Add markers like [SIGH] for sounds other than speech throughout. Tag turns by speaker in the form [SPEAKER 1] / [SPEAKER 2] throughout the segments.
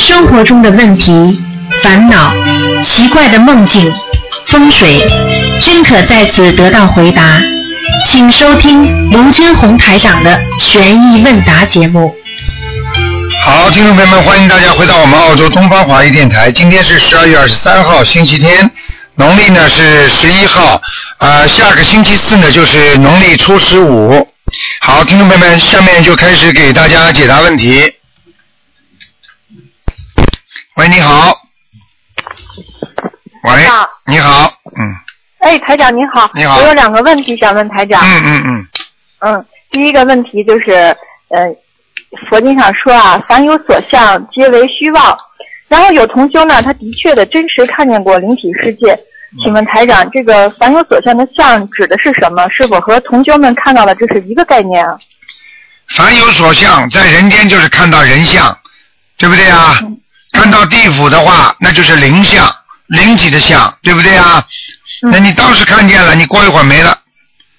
[SPEAKER 1] 生活中的问题、烦恼、奇怪的梦境、风水，均可在此得到回答。请收听卢军红台长的《悬疑问答》节目。
[SPEAKER 2] 好，听众朋友们，欢迎大家回到我们澳洲东方华语电台。今天是十二月二十三号，星期天，农历呢是十一号，呃，下个星期四呢就是农历初十五。好，听众朋友们，下面就开始给大家解答问题。喂，你好。喂
[SPEAKER 3] 啊，
[SPEAKER 2] 你好，嗯
[SPEAKER 3] 哎，台长您好，
[SPEAKER 2] 你好
[SPEAKER 3] 我有两个问题想问台长。
[SPEAKER 2] 嗯嗯嗯，
[SPEAKER 3] 嗯，第一个问题就是，呃，佛经上说啊，凡有所相，皆为虚妄。然后有同修呢，他的确的真实看见过灵体世界。
[SPEAKER 2] 嗯
[SPEAKER 3] 请问台长，这个凡有所相的相指的是什么？是否和同修们看到的这是一个概念啊？
[SPEAKER 2] 凡有所相，在人间就是看到人相，对不对啊？
[SPEAKER 3] 嗯
[SPEAKER 2] 看到地府的话，那就是灵相，灵体的相，对不对啊？
[SPEAKER 3] 嗯
[SPEAKER 2] 那你当时看见了，你过一会儿没了，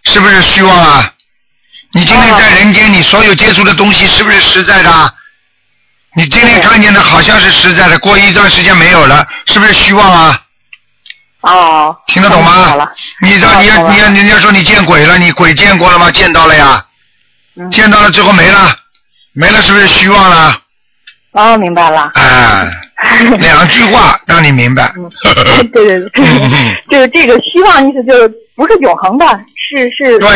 [SPEAKER 2] 是不是虚妄啊？你今天
[SPEAKER 3] 哦
[SPEAKER 2] 在人间，你所有接触的东西是不是实在的啊？你今
[SPEAKER 3] 嗯
[SPEAKER 2] 天看见的好像是实在的，过一段时间没有了，是不是虚妄啊？
[SPEAKER 3] 哦，
[SPEAKER 2] 听得懂吗
[SPEAKER 3] 明白了，
[SPEAKER 2] 你让你
[SPEAKER 3] 明
[SPEAKER 2] 要
[SPEAKER 3] 白
[SPEAKER 2] 你要
[SPEAKER 3] 了
[SPEAKER 2] 人家说你见鬼了，你鬼见过了吗？见到了呀，
[SPEAKER 3] 嗯
[SPEAKER 2] 见到了之后没了，没了是不是虚妄了？
[SPEAKER 3] 哦，明白了。
[SPEAKER 2] 哎，两句话让你明白。
[SPEAKER 3] [LAUGHS] 对对对
[SPEAKER 2] 嗯，
[SPEAKER 3] [LAUGHS] 就是这个虚妄意思就是不是永恒的，是是。
[SPEAKER 2] 对，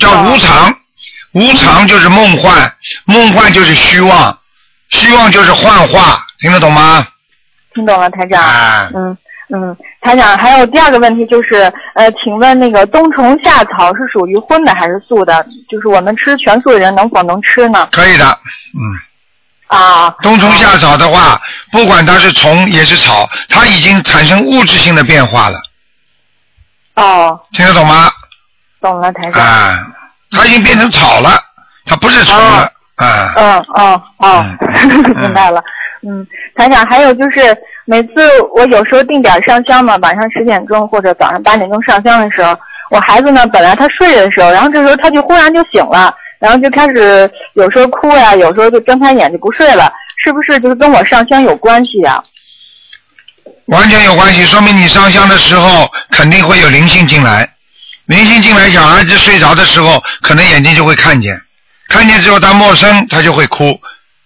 [SPEAKER 2] 叫无常，无常就是梦幻，梦幻就是虚妄，虚妄就是幻化，听得懂吗？
[SPEAKER 3] 听懂了，台长。
[SPEAKER 2] 啊
[SPEAKER 3] 嗯嗯，台长，还有第二个问题就是，呃，请问那个冬虫夏草是属于荤的还是素的？就是我们吃全素的人能否能吃呢？
[SPEAKER 2] 可以的，嗯。
[SPEAKER 3] 啊，
[SPEAKER 2] 冬虫夏草的话，不管它是虫也是草，它已经产生物质性的变化了，
[SPEAKER 3] 哦，
[SPEAKER 2] 听得懂吗？
[SPEAKER 3] 懂了，台长。
[SPEAKER 2] 啊，它已经变成草了，它不是虫了，啊，
[SPEAKER 3] 嗯哦哦
[SPEAKER 2] 嗯嗯，
[SPEAKER 3] [LAUGHS] 明白了。嗯，台长，还有就是每次我有时候定点上香嘛，晚上十点钟或者早上八点钟上香的时候，我孩子呢本来他睡的时候，然后这时候他就忽然就醒了，然后就开始有时候哭呀，有时候就睁开眼就不睡了，是不是就是跟我上香有关系呀、
[SPEAKER 2] 完全有关系，说明你上香的时候肯定会有灵性进来，灵性进来，小孩子睡着的时候，可能眼睛就会看见，看见之后他陌生，他就会哭，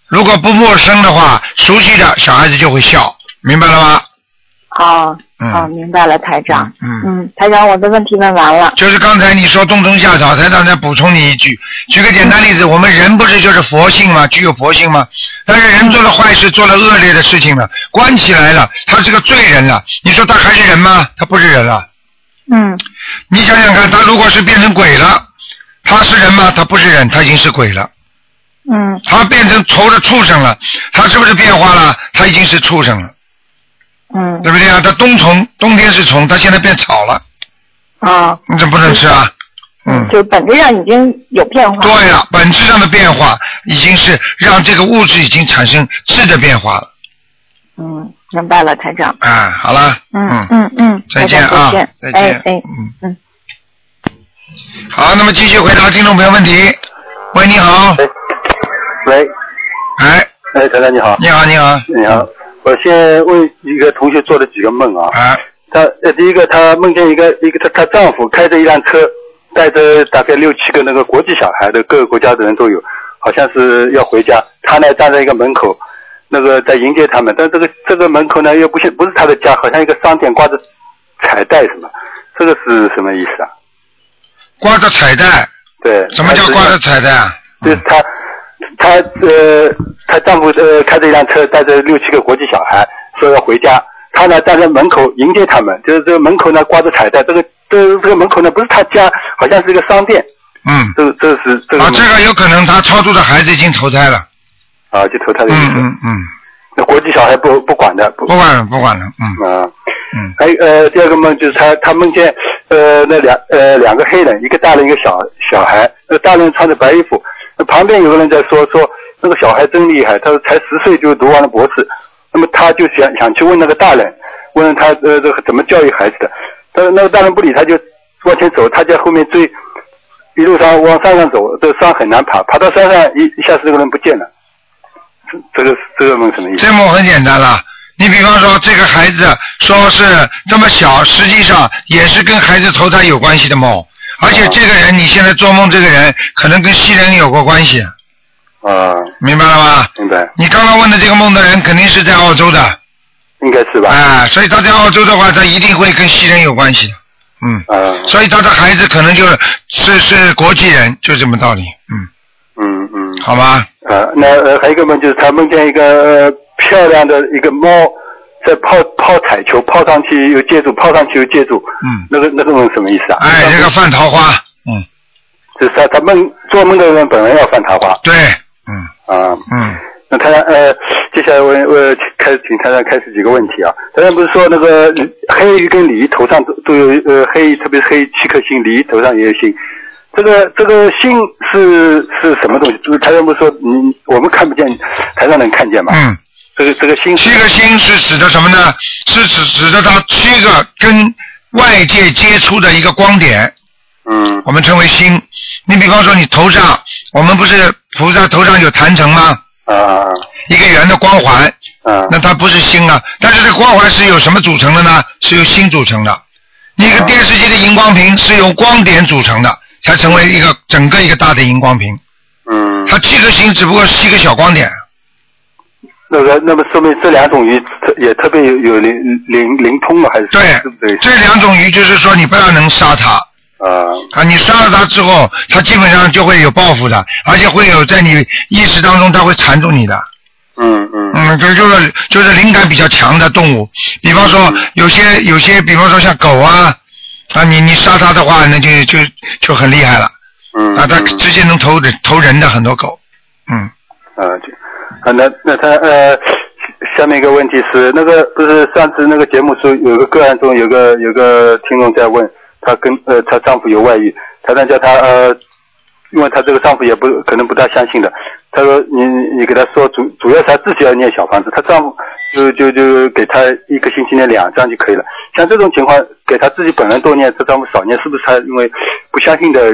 [SPEAKER 2] 如果不陌生的话，熟悉的小孩子就会笑，明白了吗？
[SPEAKER 3] 哦，
[SPEAKER 2] 嗯
[SPEAKER 3] 哦，明白了，台长。
[SPEAKER 2] 嗯嗯
[SPEAKER 3] 嗯，台长，我的问题问完了。
[SPEAKER 2] 就是刚才你说冬虫夏草，台长再补充你一句，举个简单例子，我们人不是就是佛性吗？具有佛性吗？但是人做了坏事，做了恶劣的事情了，关起来了，他是个罪人了。你说他还是人吗？他不是人了。
[SPEAKER 3] 嗯，
[SPEAKER 2] 你想想看，他如果是变成鬼了，他是人吗？他不是人，他已经是鬼了。
[SPEAKER 3] 嗯，
[SPEAKER 2] 他变成仇的畜生了，他是不是变化了？他已经是畜生了，
[SPEAKER 3] 嗯，
[SPEAKER 2] 对不对啊？他冬虫，冬天是虫，他现在变草了，
[SPEAKER 3] 啊、
[SPEAKER 2] 你怎么不能吃啊？嗯。
[SPEAKER 3] 就本质上已经有变化。
[SPEAKER 2] 对了，本质上的变化已经是让这个物质已经产生质的变化了。
[SPEAKER 3] 嗯，明白了，台长。
[SPEAKER 2] 啊，好了，
[SPEAKER 3] 嗯嗯嗯，
[SPEAKER 2] 再见
[SPEAKER 3] 台长
[SPEAKER 2] 啊
[SPEAKER 3] 再见，，
[SPEAKER 2] 再
[SPEAKER 3] 哎
[SPEAKER 2] 见，
[SPEAKER 3] 哎，
[SPEAKER 2] 嗯
[SPEAKER 3] 嗯。
[SPEAKER 2] 好，那么继续回答听众朋友问题。喂，你好，
[SPEAKER 4] 喂，
[SPEAKER 2] 哎，
[SPEAKER 4] 哎，台长你好，
[SPEAKER 2] 你好，你好，
[SPEAKER 4] 你好，我先为一个同学做了几个梦啊。
[SPEAKER 2] 啊，
[SPEAKER 4] 他呃，第一个他梦见一个一个她她丈夫开着一辆车，带着大概六七个那个国际小孩的各个国家的人都有，好像是要回家。他呢站在一个门口，那个在迎接他们，但这个这个门口呢又不是不是他的家，好像一个商店挂着彩带什么，这个是什么意思啊？
[SPEAKER 2] 挂着彩带，
[SPEAKER 4] 对，
[SPEAKER 2] 什么叫挂着彩带啊？
[SPEAKER 4] 就是她，她呃，她丈夫呃开着一辆车，带着六七个国际小孩，说要回家。她呢站在门口迎接他们，就是这个门口呢挂着彩带，这个这个这个门口呢不是她家，好像是一个商店。
[SPEAKER 2] 嗯，
[SPEAKER 4] 这个这个是这个
[SPEAKER 2] 啊，这个有可能他超度的孩子已经投胎了。
[SPEAKER 4] 啊，就投他的意
[SPEAKER 2] 嗯
[SPEAKER 4] 思。
[SPEAKER 2] 嗯嗯，
[SPEAKER 4] 那国际小孩不不管的，不
[SPEAKER 2] 不管了，不管了，嗯
[SPEAKER 4] 啊。
[SPEAKER 2] 嗯，
[SPEAKER 4] 还有呃，第二个梦就是他他梦见呃那两呃两个黑人，一个大人一个小小孩，那大人穿着白衣服，那旁边有个人在说说那个小孩真厉害，他说才十岁就读完了博士，那么他就想想去问那个大人，问他呃这个怎么教育孩子的，但是那个大人不理他就往前走，他在后面追，一路上往山上走，这山很难爬，爬到山上一一下子这个人不见了。这个这个梦什么意思？
[SPEAKER 2] 这梦很简单了。你比方说，这个孩子说是这么小，实际上也是跟孩子投胎有关系的梦。而且这个人，你现在做梦，这个人可能跟西人有过关系，
[SPEAKER 4] 啊，
[SPEAKER 2] 明白了吧？
[SPEAKER 4] 明白，
[SPEAKER 2] 你刚刚问的这个梦的人，肯定是在澳洲的，
[SPEAKER 4] 应该是吧？
[SPEAKER 2] 哎，所以他在澳洲的话，他一定会跟西人有关系的，嗯，
[SPEAKER 4] 啊，
[SPEAKER 2] 所以他的孩子可能就是是是国际人，就这么道理，嗯，
[SPEAKER 4] 嗯嗯，
[SPEAKER 2] 好吧？
[SPEAKER 4] 啊，那呃还有一个梦就是他梦见一个、呃漂亮的一个猫在抛抛彩球，抛上去又接住，抛上去又接住，
[SPEAKER 2] 嗯，
[SPEAKER 4] 那个那个梦什么意思啊？
[SPEAKER 2] 哎，这个犯桃花，嗯，
[SPEAKER 4] 就是他他梦做梦的人本来要犯桃花
[SPEAKER 2] 对，嗯
[SPEAKER 4] 啊。
[SPEAKER 2] 嗯，
[SPEAKER 4] 那台长，呃，接下来我我开始请台长开始几个问题啊。台长不是说那个黑鱼跟鲤鱼头上都都有呃黑，特别是黑七颗星，鲤鱼头上也有星。这个这个星是是什么东西？就是台长不是说你我们看不见，台长能看见吗？
[SPEAKER 2] 嗯。
[SPEAKER 4] 这个这个星
[SPEAKER 2] 七
[SPEAKER 4] 是
[SPEAKER 2] 个星是指的什么呢？是指指的它七个跟外界接触的一个光点，
[SPEAKER 4] 嗯
[SPEAKER 2] 我们称为星。你比方说你头上，我们不是菩萨头上有坛城吗？
[SPEAKER 4] 啊
[SPEAKER 2] 一个圆的光环，
[SPEAKER 4] 啊
[SPEAKER 2] 那它不是星啊，但是这光环是由什么组成的呢？是由星组成的。一个电视机的荧光屏是由光点组成的，才成为一个整个一个大的荧光屏。
[SPEAKER 4] 嗯。
[SPEAKER 2] 它七颗星只不过是七个小光点。
[SPEAKER 4] 那个那么说明这两种鱼特也特别有有灵灵灵通吗？还是
[SPEAKER 2] 对
[SPEAKER 4] 是不是，
[SPEAKER 2] 这两种鱼就是说你不要能杀它，
[SPEAKER 4] 啊
[SPEAKER 2] 啊，你杀了他之后，他基本上就会有报复的，而且会有在你意识当中，他会缠住你的。
[SPEAKER 4] 嗯嗯
[SPEAKER 2] 嗯，这就是就是灵感比较强的动物，比方说有些有些，比方说像狗啊，啊，你你杀它的话，那就就就很厉害了
[SPEAKER 4] 嗯
[SPEAKER 2] 啊，它
[SPEAKER 4] 嗯
[SPEAKER 2] 直接能投人投人的很多狗。嗯，
[SPEAKER 4] 啊，就啊，那那他呃，下面一个问题是，那个不是上次那个节目说有个个案中有个有个听众在问，她跟呃她丈夫有外遇，她呢叫她呃，因为她这个丈夫也不可能不大相信的，她说你你给她说主主要是她自己要念小房子，她丈夫就就就给她一个星期念两张就可以了，像这种情况给她自己本人多念，她丈夫少念，是不是她因为不相信的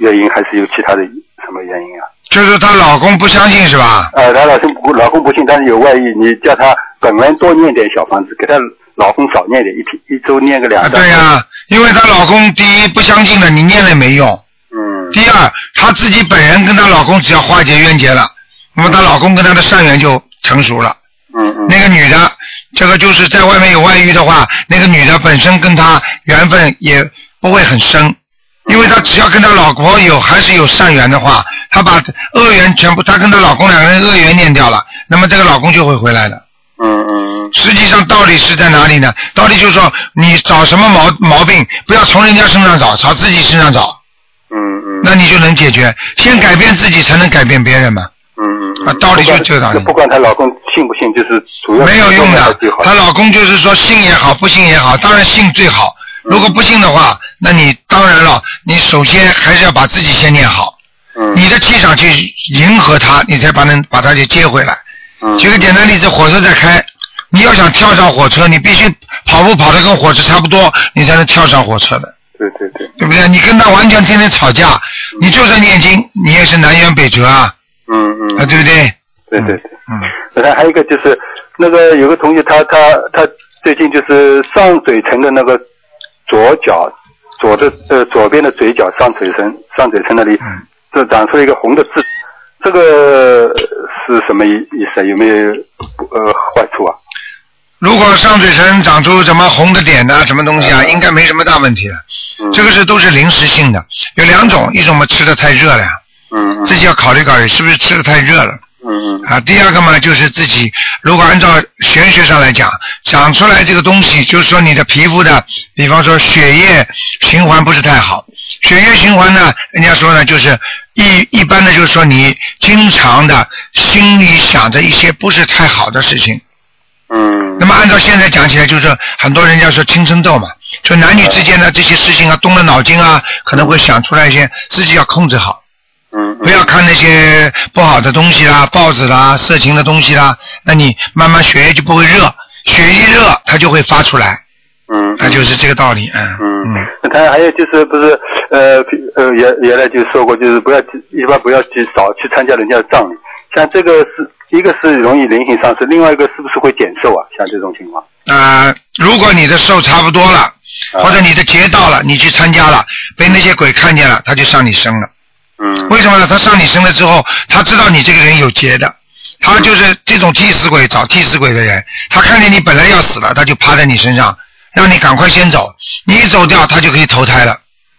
[SPEAKER 4] 原因，还是有其他的什么原因啊？
[SPEAKER 2] 就是她老公不相信是吧？
[SPEAKER 4] 呃，她老公不老公不信，但是有外遇，你叫她本人多念点小房子，给她老公少念点，一天一周念个两
[SPEAKER 2] 啊，
[SPEAKER 4] 张。
[SPEAKER 2] 对呀、因为她老公第一不相信的，你念了也没用。
[SPEAKER 4] 嗯
[SPEAKER 2] 第二，她自己本人跟她老公只要化解冤结了，那么她老公跟她的善缘就成熟了。
[SPEAKER 4] 嗯嗯
[SPEAKER 2] 那个女的，这个就是在外面有外遇的话，那个女的本身跟她缘分也不会很深，因为她只要跟她老婆有还是有善缘的话，她把恶缘全部，她跟她老公两个人恶缘念掉了，那么这个老公就会回来的。
[SPEAKER 4] 嗯嗯
[SPEAKER 2] 实际上道理是在哪里呢？道理就是说，你找什么毛毛病，不要从人家身上找，朝自己身上找。
[SPEAKER 4] 嗯嗯
[SPEAKER 2] 那你就能解决。先改变自己，才能改变别人嘛。
[SPEAKER 4] 嗯嗯。
[SPEAKER 2] 啊道理就是这个道理
[SPEAKER 4] 不管她老公信不信，就是主要是
[SPEAKER 2] 没有用
[SPEAKER 4] 多念
[SPEAKER 2] 的
[SPEAKER 4] 点就好。
[SPEAKER 2] 她老公就是说信也好，不信也好，当然信最好。
[SPEAKER 4] 嗯
[SPEAKER 2] 如果不信的话，那你当然了，你首先还是要把自己先念好，
[SPEAKER 4] 嗯
[SPEAKER 2] 你的气场去迎合他，你才把能把他给接回来。
[SPEAKER 4] 嗯
[SPEAKER 2] 举个简单例子，火车在开，你要想跳上火车，你必须跑步跑得跟火车差不多，你才能跳上火车的。
[SPEAKER 4] 对对对，
[SPEAKER 2] 对不对？你跟他完全天天吵架，你就算念经，你也是南辕北辙啊，
[SPEAKER 4] 嗯嗯
[SPEAKER 2] 啊，对不对？
[SPEAKER 4] 对对对。
[SPEAKER 2] 嗯。
[SPEAKER 4] 然后还有一个就是，那个有个同学他他他最近就是上嘴唇的那个左角，左的呃左边的嘴角上嘴唇上嘴唇那里
[SPEAKER 2] 嗯，
[SPEAKER 4] 这长出了一个红的痣，这个是什么意意思啊？有没有呃坏处啊？
[SPEAKER 2] 如果上嘴唇长出什么红的点呐、什么东西啊，应该没什么大问题的。
[SPEAKER 4] 嗯
[SPEAKER 2] 这个是都是临时性的，有两种，一种嘛吃的太热了呀，
[SPEAKER 4] 嗯嗯
[SPEAKER 2] 自己要考虑考虑是不是吃的太热了
[SPEAKER 4] 嗯
[SPEAKER 2] 啊。第二个嘛，就是自己如果按照玄学上来讲，长出来这个东西，就是说你的皮肤的，比方说血液循环不是太好，血液循环呢，人家说呢就是一一般的就是说你经常的心里想着一些不是太好的事情。
[SPEAKER 4] 嗯
[SPEAKER 2] 那么按照现在讲起来，就是很多人家说青春痘嘛，就男女之间的这些事情啊，动了脑筋啊，可能会想出来一些，自己要控制好，
[SPEAKER 4] 嗯
[SPEAKER 2] 不要看那些不好的东西啦、报纸啦、色情的东西啦，那你慢慢血液就不会热，血一热它就会发出来，
[SPEAKER 4] 嗯，
[SPEAKER 2] 那就是这个道理，嗯
[SPEAKER 4] 嗯
[SPEAKER 2] 嗯，，
[SPEAKER 4] 那他还有就是不是呃呃原原来就说过，就是不要去一般不要去少去参加人家的葬礼，像这个是一个是容易灵性上升，另外一个是不是会减寿啊？像这种情况，
[SPEAKER 2] 啊，如果你的寿差不多了，
[SPEAKER 4] 啊
[SPEAKER 2] 或者你的劫到了，你去参加了，被那些鬼看见了，他就上你身了。
[SPEAKER 4] 嗯，
[SPEAKER 2] 为什么呢？他上你身了之后，他知道你这个人有劫的，他就是这种替死鬼找替死鬼的人。他看见你本来要死了，他就趴在你身上，让你赶快先走。你一走掉，他就可以投胎了。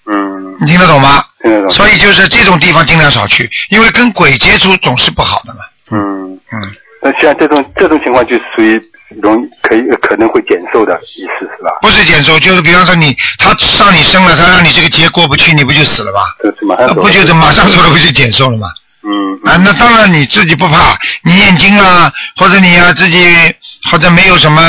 [SPEAKER 4] 嗯，
[SPEAKER 2] 你听得懂吗？
[SPEAKER 4] 听得懂，
[SPEAKER 2] 所以就是这种地方尽量少去，因为跟鬼接触总是不好的嘛。
[SPEAKER 4] 嗯，
[SPEAKER 2] 嗯，
[SPEAKER 4] 那像这种这种情况就属于容易可以可能会减寿的意思是吧？
[SPEAKER 2] 不是减寿，就是比方说你他上你身了，他让你这个劫过不去，你不就死了吗？
[SPEAKER 4] 这是马上
[SPEAKER 2] 那呃
[SPEAKER 4] 走，
[SPEAKER 2] 不就是马上走了不就减寿了吗？
[SPEAKER 4] 嗯
[SPEAKER 2] 啊，
[SPEAKER 4] 嗯
[SPEAKER 2] 那当然你自己不怕，你念经啦，或者你啊自己或者没有什么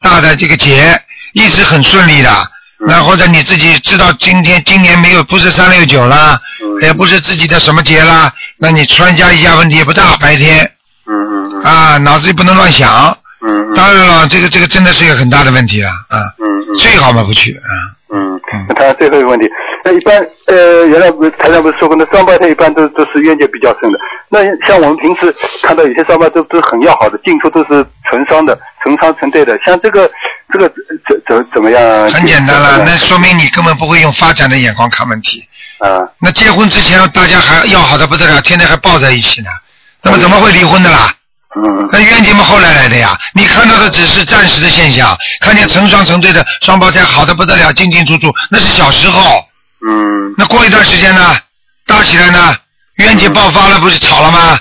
[SPEAKER 2] 大的这个劫，一直很顺利的。
[SPEAKER 4] 嗯
[SPEAKER 2] 那或者你自己知道今天今年没有不是三六九啦，
[SPEAKER 4] 嗯
[SPEAKER 2] 也不是自己的什么劫啦，那你穿加一下问题也不大，白天
[SPEAKER 4] 嗯嗯嗯
[SPEAKER 2] 啊脑子里不能乱想。
[SPEAKER 4] 嗯嗯
[SPEAKER 2] 当然了，这个这个真的是一个很大的问题了啊，
[SPEAKER 4] 嗯嗯。
[SPEAKER 2] 最好嘛不去啊。
[SPEAKER 4] 嗯，那他最后一个问题，那一般呃，原来不是台上不是说过，那双胞胎一般都都是冤结比较深的。那像我们平时看到有些双胞都都是很要好的，进出都是成双的，成双成对的。像这个这个怎怎怎么样？
[SPEAKER 2] 很简单了，那说
[SPEAKER 4] 明
[SPEAKER 2] 明你根本不会用发展的眼光看问题。
[SPEAKER 4] 啊，
[SPEAKER 2] 那结婚之前大家还要好的不得了，天天还抱在一起呢，那么怎么会离婚的啦？
[SPEAKER 4] 嗯
[SPEAKER 2] 那冤结嘛后来来的呀，你看到的只是暂时的现象，看见成双成对的双胞胎好的不得了，进进出出，那是小时候。
[SPEAKER 4] 嗯
[SPEAKER 2] 那过一段时间呢，大起来呢，冤结爆发了，不是吵了吗？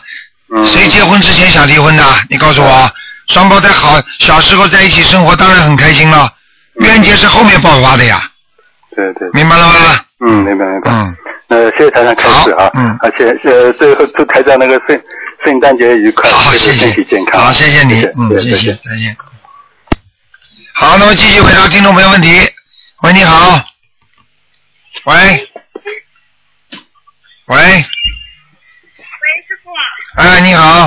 [SPEAKER 4] 嗯，
[SPEAKER 2] 谁结婚之前想离婚的？你告诉我，双胞胎好，小时候在一起生活当然很开心了，冤结是后面爆发的呀，
[SPEAKER 4] 对对，
[SPEAKER 2] 明白了吗？
[SPEAKER 4] 嗯，明白明白。
[SPEAKER 2] 嗯，
[SPEAKER 4] 那谢谢台上开始啊
[SPEAKER 2] 好，嗯
[SPEAKER 4] 而且呃，最后祝台长那个圣圣诞节愉快，
[SPEAKER 2] 好，
[SPEAKER 4] 哎这
[SPEAKER 2] 谢
[SPEAKER 4] 个身体
[SPEAKER 2] 谢
[SPEAKER 4] 健，康，
[SPEAKER 2] 好，谢谢你，嗯，
[SPEAKER 4] 对
[SPEAKER 2] 谢
[SPEAKER 4] 谢
[SPEAKER 2] 谢，再见。好，那么继续回答听众朋友问题。喂，你好。喂。喂。
[SPEAKER 5] 喂，师傅。
[SPEAKER 2] 哎，你好。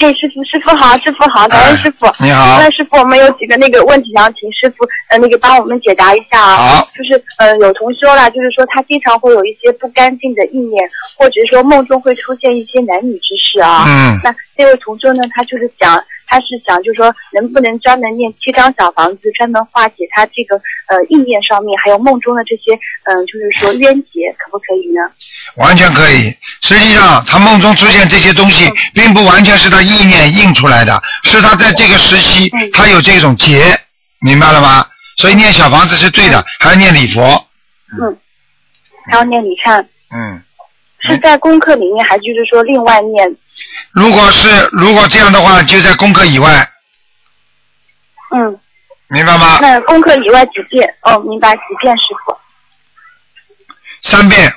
[SPEAKER 5] 哎，师傅，师傅好，师傅好，感恩
[SPEAKER 2] 哎
[SPEAKER 5] 师傅。
[SPEAKER 2] 你好
[SPEAKER 5] 那。师傅，我们有几个那个问题想要请师傅呃那个帮我们解答一下啊。
[SPEAKER 2] 好。
[SPEAKER 5] 就是呃有同修啦，就是说他经常会有一些不干净的意念，或者说梦中会出现一些男女之事啊。
[SPEAKER 2] 嗯，
[SPEAKER 5] 那这位同修呢，他就是想，他是想，就是说，能不能专门念七张小房子，专门化解他这个呃意念上面，还有梦中的这些，嗯、就是说冤结，可不可以呢？
[SPEAKER 2] 完全可以。实际上，他梦中出现这些东
[SPEAKER 5] 嗯
[SPEAKER 2] 西，并不完全是他意念印出来的，是他在这个时期
[SPEAKER 5] 嗯
[SPEAKER 2] 他有这种结，明白了吗？所以念小房子是对
[SPEAKER 5] 嗯
[SPEAKER 2] 的，还要念礼佛。
[SPEAKER 5] 还要嗯念，你看
[SPEAKER 2] 嗯。
[SPEAKER 5] 是在功课里面，还就是说另外念，
[SPEAKER 2] 如果是如果这样的话，就在功课以外，
[SPEAKER 5] 嗯，
[SPEAKER 2] 明白吗？
[SPEAKER 5] 那功课以外几遍？哦，明白，几遍师傅？
[SPEAKER 2] 三遍，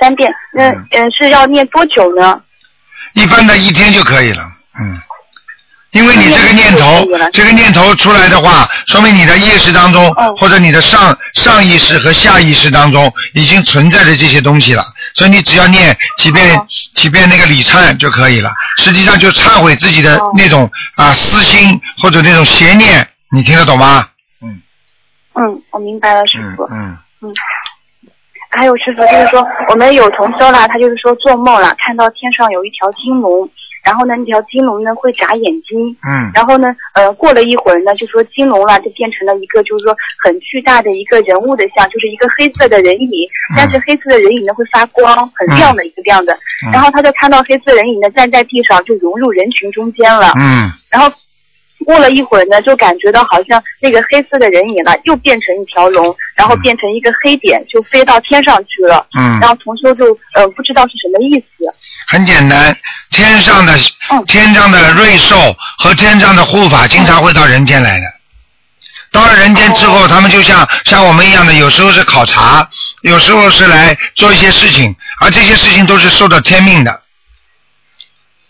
[SPEAKER 5] 三遍。那
[SPEAKER 2] 嗯
[SPEAKER 5] 嗯、呃是要念多久呢？
[SPEAKER 2] 一般的一天就可以了，嗯。因为你这个
[SPEAKER 5] 一天
[SPEAKER 2] 念
[SPEAKER 5] 就
[SPEAKER 2] 头
[SPEAKER 5] 可以了，
[SPEAKER 2] 这个念头出来的话，说明你的意识当中，
[SPEAKER 5] 嗯
[SPEAKER 2] 或者你的上上意识和下意识当中已经存在着这些东西了，所以你只要念几遍、
[SPEAKER 5] 哦
[SPEAKER 2] 几遍那个礼忏就可以了。实际上就忏悔自己的
[SPEAKER 5] 哦
[SPEAKER 2] 那种啊、私心或者那种邪念，你听得懂吗？
[SPEAKER 5] 嗯，我明白了，师
[SPEAKER 2] 嗯
[SPEAKER 5] 傅。
[SPEAKER 2] 嗯，
[SPEAKER 5] 还有师傅，就是说我们有同修啦，他就是说做梦啦，看到天上有一条金龙，然后呢，那条金龙呢会眨眼睛，
[SPEAKER 2] 嗯
[SPEAKER 5] 然后呢，呃，过了一会儿呢，就说金龙啦就变成了一个就是说很巨大的一个人物的像，就是一个黑色的人影，但是黑色的人影呢会发光，很亮的一个亮的，
[SPEAKER 2] 嗯
[SPEAKER 5] 然后他就看到黑色人影呢站在地上就融入人群中间了，
[SPEAKER 2] 嗯，
[SPEAKER 5] 然后过了一会儿呢，就感觉到好像那个黑色的人影了，又变成一条龙，然后变成一个黑点，就飞到天上去了。
[SPEAKER 2] 嗯
[SPEAKER 5] 然后同修就呃不知道是什么意思。
[SPEAKER 2] 很简单，天上的
[SPEAKER 5] 嗯
[SPEAKER 2] 天上的瑞兽和天上的护法经常会到人间来的。到了人间之后，他们就像像我们一样的，有时候是考察，有时候是来做一些事情，而这些事情都是受到天命的，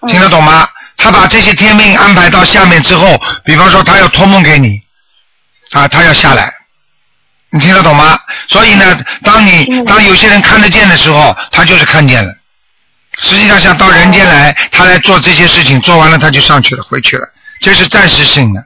[SPEAKER 5] 嗯
[SPEAKER 2] 听得懂吗？他把这些天命安排到下面之后，比方说他要托梦给你，啊，他要下来，你听得懂吗？所以呢，当你
[SPEAKER 5] 嗯
[SPEAKER 2] 当有些人看得见的时候，他就是看见了。实际上想到人间
[SPEAKER 5] 哦
[SPEAKER 2] 来，他来做这些事情，做完了他就上去了，回去了，这是暂时性的。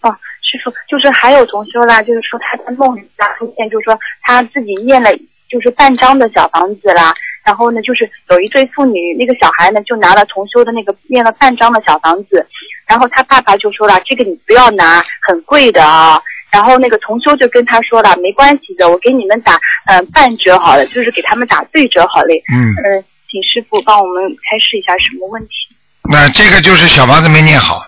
[SPEAKER 5] 哦，师傅，就是还有同修啦，就是说他在梦里啦出现，就是说他自己念了就是半张的小房子啦，然后呢，就是有一对父女，那个小孩呢就拿了重修的那个念了半张的小房子，然后他爸爸就说了，这个你不要拿，很贵的啊。然后那个同修就跟他说了，没关系的，我给你们打嗯、呃半折好了，就是给他们打对折好了。
[SPEAKER 2] 嗯，
[SPEAKER 5] 嗯、请师傅帮我们开示一下什么问题？
[SPEAKER 2] 那这个就是小房子没念好，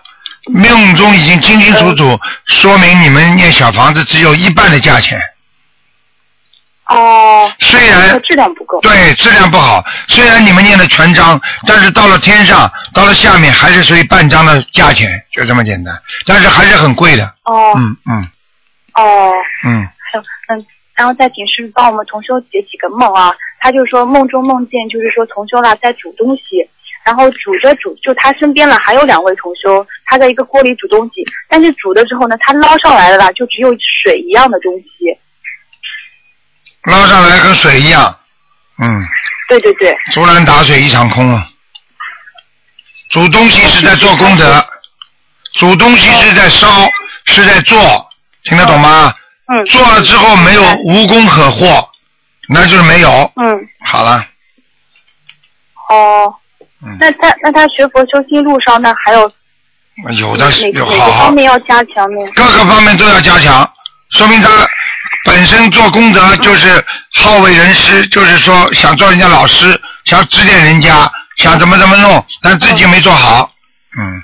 [SPEAKER 2] 命中已经清清楚楚说明你们念小房子只有一半的价钱，
[SPEAKER 5] 哦，
[SPEAKER 2] 虽然
[SPEAKER 5] 质量不够。
[SPEAKER 2] 对质量不好，虽然你们念了全章，但是到了天上，到了下面还是属于半张的价钱，就这么简单，但是还是很贵的。
[SPEAKER 5] 哦、
[SPEAKER 2] 嗯嗯
[SPEAKER 5] 哦，
[SPEAKER 2] 嗯，
[SPEAKER 5] 嗯，然后再请师傅帮我们同修解几个梦啊。他就说梦中梦见，就是说同修啦在煮东西，然后煮着煮，就他身边了还有两位同修，他在一个锅里煮东西，但是煮的时候呢，他捞上来了啦，就只有水一样的东西。
[SPEAKER 2] 捞上来跟水一样，嗯，
[SPEAKER 5] 对对对，
[SPEAKER 2] 竹篮打水一场空啊。煮东西是在做功德，煮东西是在烧，是在做，听得懂吗？
[SPEAKER 5] 嗯，
[SPEAKER 2] 做了之后没有无功可获，那就是没有。
[SPEAKER 5] 嗯，
[SPEAKER 2] 好了，
[SPEAKER 5] 哦
[SPEAKER 2] 嗯，
[SPEAKER 5] 那他那他学佛修心路上呢，还有
[SPEAKER 2] 有
[SPEAKER 5] 哪
[SPEAKER 2] 的
[SPEAKER 5] 哪
[SPEAKER 2] 有
[SPEAKER 5] 哪
[SPEAKER 2] 好
[SPEAKER 5] 个
[SPEAKER 2] 好
[SPEAKER 5] 方，面要加强呢？
[SPEAKER 2] 各个方面都要加强，说明他本身做功德就是好为人师，就是说想做人家老师，想指点人家，想怎么怎么弄，但自己没做好。嗯，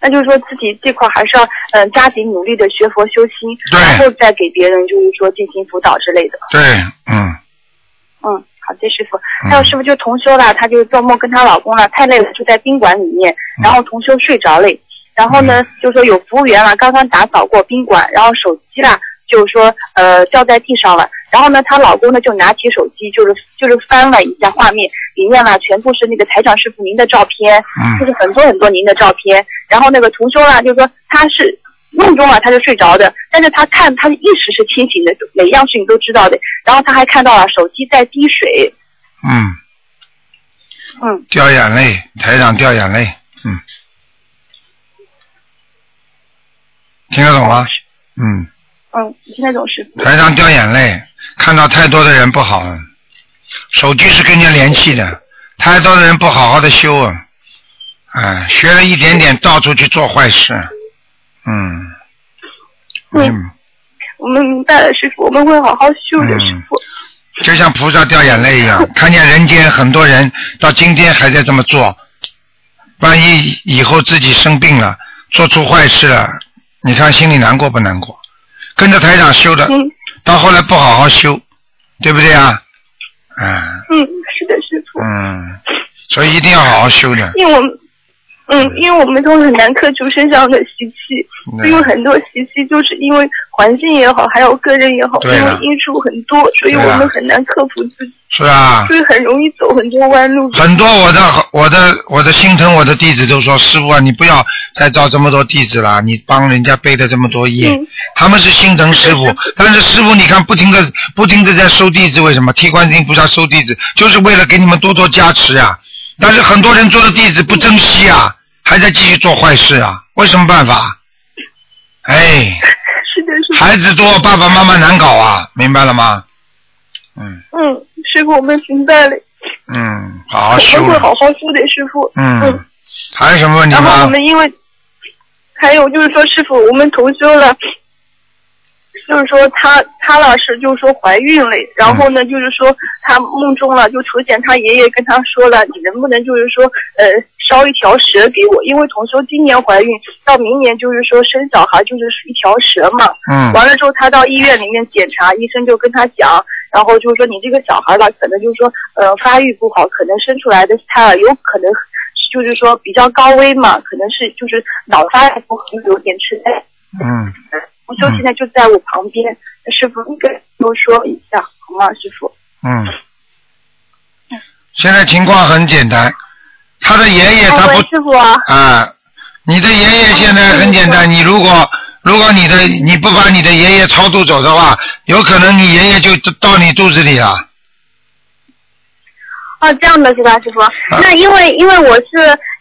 [SPEAKER 5] 那就是说自己这块还是要嗯、呃加紧努力的学佛修心，
[SPEAKER 2] 对
[SPEAKER 5] 然后再给别人就是说进行辅导之类的。
[SPEAKER 2] 对，嗯。
[SPEAKER 5] 嗯，好，谢谢师傅。还有师傅就同修啦，她就做梦跟她老公啦太累了，就在宾馆里面，然后同修睡着嘞。然后呢，就说有服务员啦，刚刚打扫过宾馆，然后手机啦，就是说呃掉在地上了。然后呢，她老公呢就拿起手机，就是就是翻了一下画面，里面啦全部是那个台长师傅您的照片，
[SPEAKER 2] 嗯
[SPEAKER 5] 就是很多很多您的照片。然后那个同修啦，就说他是梦中啊，他是睡着的，但是他看他的意识是清醒的，每一样事情都知道的。然后他还看到了手机在滴水，
[SPEAKER 2] 嗯，
[SPEAKER 5] 嗯，
[SPEAKER 2] 掉眼泪，台长掉眼泪，嗯，听得懂吗？嗯，
[SPEAKER 5] 嗯，听得懂师傅。
[SPEAKER 2] 台长掉眼泪，看到太多的人不好了，手机是跟人家联系的，太多的人不好好的修啊，哎，学了一点点，到处去做坏事，嗯，
[SPEAKER 5] 对
[SPEAKER 2] 嗯，
[SPEAKER 5] 我们明白了，师傅，我们会好好修的，
[SPEAKER 2] 嗯
[SPEAKER 5] 师傅。
[SPEAKER 2] 就像菩萨掉眼泪一样，看见人间很多人到今天还在这么做，万一以后自己生病了，做出坏事了，你看心里难过不难过？跟着台长修的，
[SPEAKER 5] 嗯
[SPEAKER 2] 到后来不好好修，对不对啊？嗯
[SPEAKER 5] 嗯，是的，师傅，
[SPEAKER 2] 嗯，所以一定要好好修的。
[SPEAKER 5] 因为我们。嗯，因为我们都很难克服身上的习气，
[SPEAKER 2] 对
[SPEAKER 5] 因为很多习气就是因为环境也好，还有个人也好，因
[SPEAKER 2] 对了
[SPEAKER 5] 为因素很多，所以
[SPEAKER 2] 对啊
[SPEAKER 5] 我
[SPEAKER 2] 了
[SPEAKER 5] 们很难克服自己，
[SPEAKER 2] 是啊
[SPEAKER 5] 所，以很容易走很多弯路。
[SPEAKER 2] 很多我的我的我的心疼我的弟子都说，师傅啊，你不要再招这么多弟子了，你帮人家背的这么多业。
[SPEAKER 5] 嗯，
[SPEAKER 2] 他们是心疼师傅，但是师傅你看不停的不停的在收弟子，为什么？替观世音菩萨收弟子，就是为了给你们多多加持啊。但是很多人做的弟子不珍惜啊，还在继续做坏事啊，为什么办法？哎，
[SPEAKER 5] 是的， [LAUGHS] 师傅。
[SPEAKER 2] 孩子多，爸爸妈妈难搞啊，明白了吗？嗯
[SPEAKER 5] 嗯，师傅，我们明白了，
[SPEAKER 2] 嗯，好好
[SPEAKER 5] 哎我
[SPEAKER 2] 修
[SPEAKER 5] 们会
[SPEAKER 2] 了。
[SPEAKER 5] 好好修的，师傅。
[SPEAKER 2] 嗯，还有什么问题
[SPEAKER 5] 然后我
[SPEAKER 2] 吗？
[SPEAKER 5] 们因为还有就是说，师傅，我们同修了，就是说她她老师就是说怀孕了，然后
[SPEAKER 2] 嗯
[SPEAKER 5] 呢，就是说她梦中了就出现她爷爷跟她说了，你能不能就是说呃烧一条蛇给我？因为同修今年怀孕，到明年就是说生小孩就是一条蛇嘛。
[SPEAKER 2] 嗯
[SPEAKER 5] 完了之后，他到医院里面检查，医生就跟他讲，然后就是说你这个小孩吧，可能就是说呃发育不好，可能生出来的胎儿有可能就是说比较高危嘛，可能是就是脑发育不好，有点痴呆。
[SPEAKER 2] 嗯，
[SPEAKER 5] 我就
[SPEAKER 2] 嗯
[SPEAKER 5] 现在就在我旁边，师傅你跟我说一下好吗，师傅？
[SPEAKER 2] 嗯，现在情况很简单，他的爷爷哎他
[SPEAKER 5] 喂
[SPEAKER 2] 不，
[SPEAKER 5] 师傅啊，
[SPEAKER 2] 啊，你的爷爷现在很简
[SPEAKER 5] 嗯
[SPEAKER 2] 单，你如果如果你的你不把你的爷爷超度走的话，有可能你爷爷就到你肚子里了。
[SPEAKER 6] 哦，这样的是吧，师傅？那因为因为我是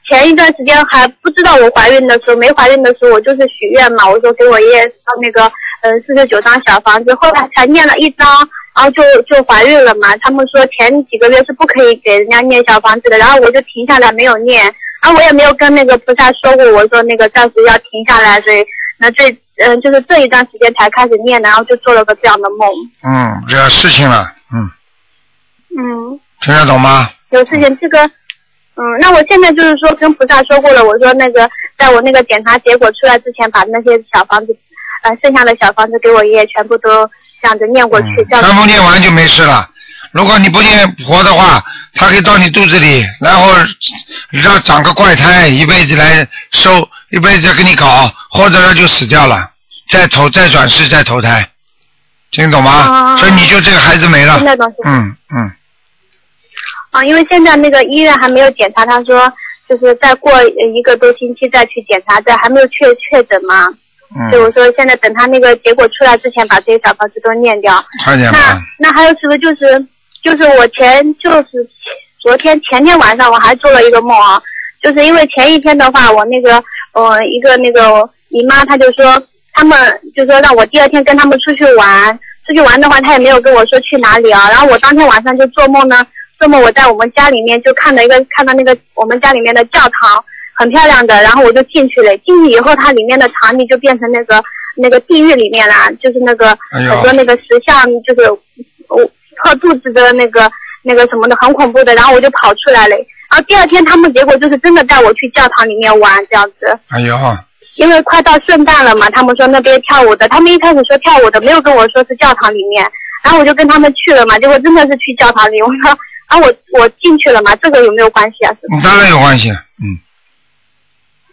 [SPEAKER 6] 前一段时间还不知道我怀孕的时候，没怀孕的时候，我就是
[SPEAKER 5] 嗯
[SPEAKER 6] 许愿嘛，我说给我爷爷烧那个呃四十九张小房子，后来才念了一张，
[SPEAKER 5] 然后就就怀孕了嘛。他们说前几个月是不可以给人家念小房子的，然后我就停下来没有念，然后我也没有跟那个菩萨说过，我说那个暂时要停下来，所以那这嗯、就是这一段时间才开始念，然后就做了个这样的梦。
[SPEAKER 2] 嗯，惹事情了，嗯，
[SPEAKER 5] 嗯，
[SPEAKER 2] 听得懂吗？
[SPEAKER 5] 有事情这个。嗯，那我现在就是说跟菩萨说过了，我说那个在我那个检查结果出来之前，把那些小房子，呃，剩下的小房子给我爷爷全部都这样子念过去，这样子
[SPEAKER 2] 三不念完就没事了。如果你不念佛的话，它可以到你肚子里，然后让长个怪胎，一辈子来收，一辈子跟你搞，或者它就死掉了，再投再转世再投胎，听懂吗？
[SPEAKER 5] 哦
[SPEAKER 2] 所以你就这个孩子没了
[SPEAKER 5] 听。得懂是吧
[SPEAKER 2] 嗯嗯，
[SPEAKER 5] 啊，因为现在那个医院还没有检查，他说就是再过一个多星期再去检查，这还没有确确诊嘛，所以
[SPEAKER 2] 嗯，
[SPEAKER 5] 我说现在等他那个结果出来之前，把这些小房子都念掉。
[SPEAKER 2] 快点吧
[SPEAKER 5] 那。那还有是不是就是就是我前就是昨天前天晚上我还做了一个梦啊，就是因为前一天的话，我那个呃一个那个姨妈她就说他们就说让我第二天跟他们出去玩，出去玩的话她也没有跟我说去哪里啊，然后我当天晚上就做梦呢，做梦我在我们家里面就看到一个看到那个我们家里面的教堂。很漂亮的，然后我就进去了。进去以后，它里面的场地就变成那个那个地狱里面啦，就是那个
[SPEAKER 2] 哎呦
[SPEAKER 5] 很多那个石像，就是我破肚子的那个那个什么的，很恐怖的。然后我就跑出来了。然后第二天他们结果就是真的带我去教堂里面玩这样子，
[SPEAKER 2] 哎呦，
[SPEAKER 5] 因为快到圣诞了嘛，他们说那边跳舞的，他们一开始说跳舞的，没有跟我说是教堂里面。然后我就跟他们去了嘛，结果真的是去教堂里。我说，啊我我进去了嘛，这个有没有关系啊？是吧？
[SPEAKER 2] 当然有关系，嗯。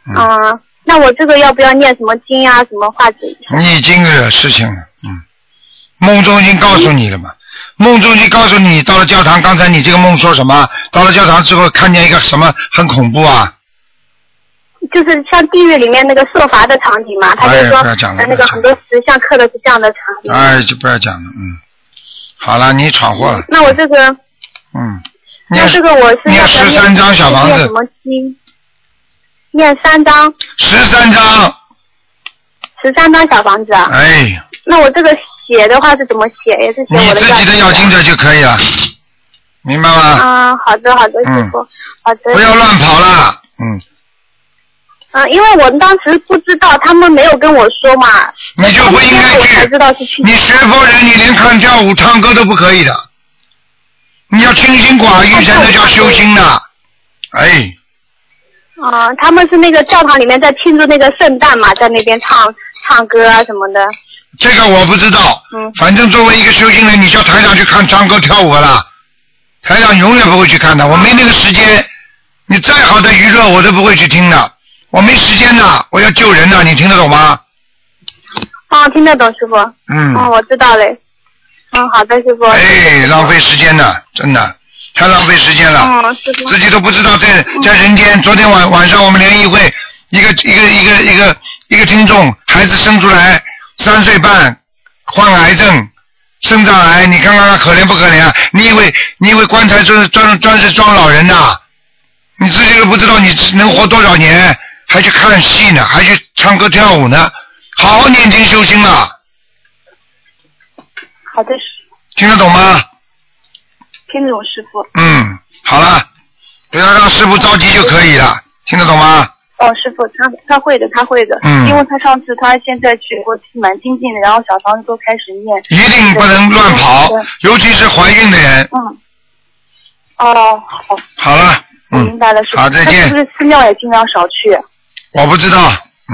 [SPEAKER 5] 嗯，那我这个要不要念什么经啊，什么化解？
[SPEAKER 2] 你已经惹事情了，嗯，梦中已经告诉你了嘛，梦中已经告诉你，到了教堂，刚才你这个梦说什么？到了教堂之后看见一个什么很恐怖啊？
[SPEAKER 5] 就是像地狱里面那个受罚的场景嘛，他就说、
[SPEAKER 2] 哎不要讲了
[SPEAKER 5] 呃那
[SPEAKER 2] 不要
[SPEAKER 5] 个
[SPEAKER 2] 讲
[SPEAKER 5] 很多石像刻的是这样的场景。
[SPEAKER 2] 哎，就不要讲了，嗯，好了，你闯祸了，
[SPEAKER 5] 那我这个，
[SPEAKER 2] 嗯，
[SPEAKER 5] 那
[SPEAKER 2] 念
[SPEAKER 5] 这个我是
[SPEAKER 2] 念
[SPEAKER 5] 要不
[SPEAKER 2] 十
[SPEAKER 5] 要念
[SPEAKER 2] 三张小房
[SPEAKER 5] 念什
[SPEAKER 2] 子，
[SPEAKER 5] 么经？念三张，
[SPEAKER 2] 十三张，
[SPEAKER 5] 十三张小房子啊。
[SPEAKER 2] 哎，
[SPEAKER 5] 那我这个写的话是怎么写？也是写
[SPEAKER 2] 你
[SPEAKER 5] 我
[SPEAKER 2] 自己的要
[SPEAKER 5] 要
[SPEAKER 2] 经者就可以了，明白吗？
[SPEAKER 5] 啊，好的好的，
[SPEAKER 2] 嗯
[SPEAKER 5] 师傅，好的。
[SPEAKER 2] 不要乱跑了，嗯，
[SPEAKER 5] 嗯，因为我当时不知道，他们没有跟我说嘛。
[SPEAKER 2] 你就
[SPEAKER 5] 他
[SPEAKER 2] 不
[SPEAKER 5] 们
[SPEAKER 2] 应
[SPEAKER 5] 先
[SPEAKER 2] 该
[SPEAKER 5] 我才
[SPEAKER 2] 去
[SPEAKER 5] 知。道是去
[SPEAKER 2] 你学佛人，你连看跳舞、唱歌都不可以的，你要清心寡欲才能叫修心呢。哎，
[SPEAKER 5] 啊，他们是那个教堂里面在庆祝那个圣诞嘛，在那边唱唱歌啊什么的。
[SPEAKER 2] 这个我不知道，
[SPEAKER 5] 嗯
[SPEAKER 2] 反正作为一个修行人，你叫台长去看唱歌跳舞啦，台长永远不会去看的，我没那个时间。你再好的娱乐我都不会去听的，我没时间的，我要救人的，你听得懂吗？
[SPEAKER 5] 哦，听得懂师傅。哦，
[SPEAKER 2] 嗯，
[SPEAKER 5] 我知道嘞。嗯，好的，师傅。
[SPEAKER 2] 哎，浪费时间了，真的太浪费时间了。
[SPEAKER 5] 嗯，师傅。
[SPEAKER 2] 自己都不知道在在人间。昨天晚晚上我们联谊会，一个一个一个一个一个听众，孩子生出来三岁半，患癌症，肾脏癌，你看看他可怜不可怜啊？你以为你以为棺材专专专是装老人的啊？你自己都不知道你能活多少年，还去看戏呢，还去唱歌跳舞呢，好好念经修心啊，
[SPEAKER 7] 好的，师
[SPEAKER 2] 听得懂吗？
[SPEAKER 7] 听得懂师傅。
[SPEAKER 2] 嗯，好了，不要让师傅着急就可以了，听得懂吗？
[SPEAKER 7] 哦，师傅，他他会的，他会的。
[SPEAKER 2] 嗯
[SPEAKER 7] 因为他上次他现在学过，蛮精进的，然后小房子都开始念。
[SPEAKER 2] 一定不能乱跑
[SPEAKER 7] 对，
[SPEAKER 2] 尤其是怀孕的人。
[SPEAKER 7] 嗯。哦，好，
[SPEAKER 2] 好了，
[SPEAKER 7] 我明
[SPEAKER 2] 嗯，
[SPEAKER 7] 白了，师傅。
[SPEAKER 2] 好再见
[SPEAKER 7] 那是不是寺庙也尽量少去？
[SPEAKER 2] 我不知道，嗯，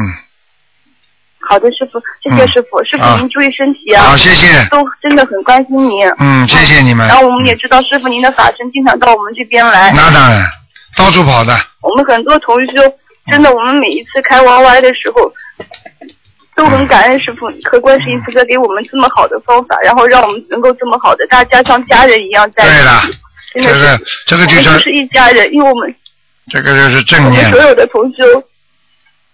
[SPEAKER 7] 好的，师傅，谢谢
[SPEAKER 2] 嗯
[SPEAKER 7] 师傅，师
[SPEAKER 2] 啊
[SPEAKER 7] 傅您注意身体
[SPEAKER 2] 好，
[SPEAKER 7] 啊，
[SPEAKER 2] 谢谢，
[SPEAKER 7] 都真的很关心您。
[SPEAKER 2] 嗯，谢谢你们。嗯
[SPEAKER 7] 然后我们也知道师傅您的法身经常到我们这边来，
[SPEAKER 2] 那当然，到处跑的，
[SPEAKER 7] 我们很多同修
[SPEAKER 2] 嗯
[SPEAKER 7] 真的，我们每一次开 YY 的时候，都很感恩师傅和观世音菩萨给我们这么好的方
[SPEAKER 2] 嗯
[SPEAKER 7] 法，然后让我们能够这么好的大家像家人一样在
[SPEAKER 2] 对了
[SPEAKER 7] 一起，，真
[SPEAKER 2] 这
[SPEAKER 7] 的是
[SPEAKER 2] 个这
[SPEAKER 7] 我
[SPEAKER 2] 个就
[SPEAKER 7] 们就是是一家人，因为我们
[SPEAKER 2] 这个就是
[SPEAKER 7] 我
[SPEAKER 2] 正
[SPEAKER 7] 们
[SPEAKER 2] 念
[SPEAKER 7] 所，有的同修，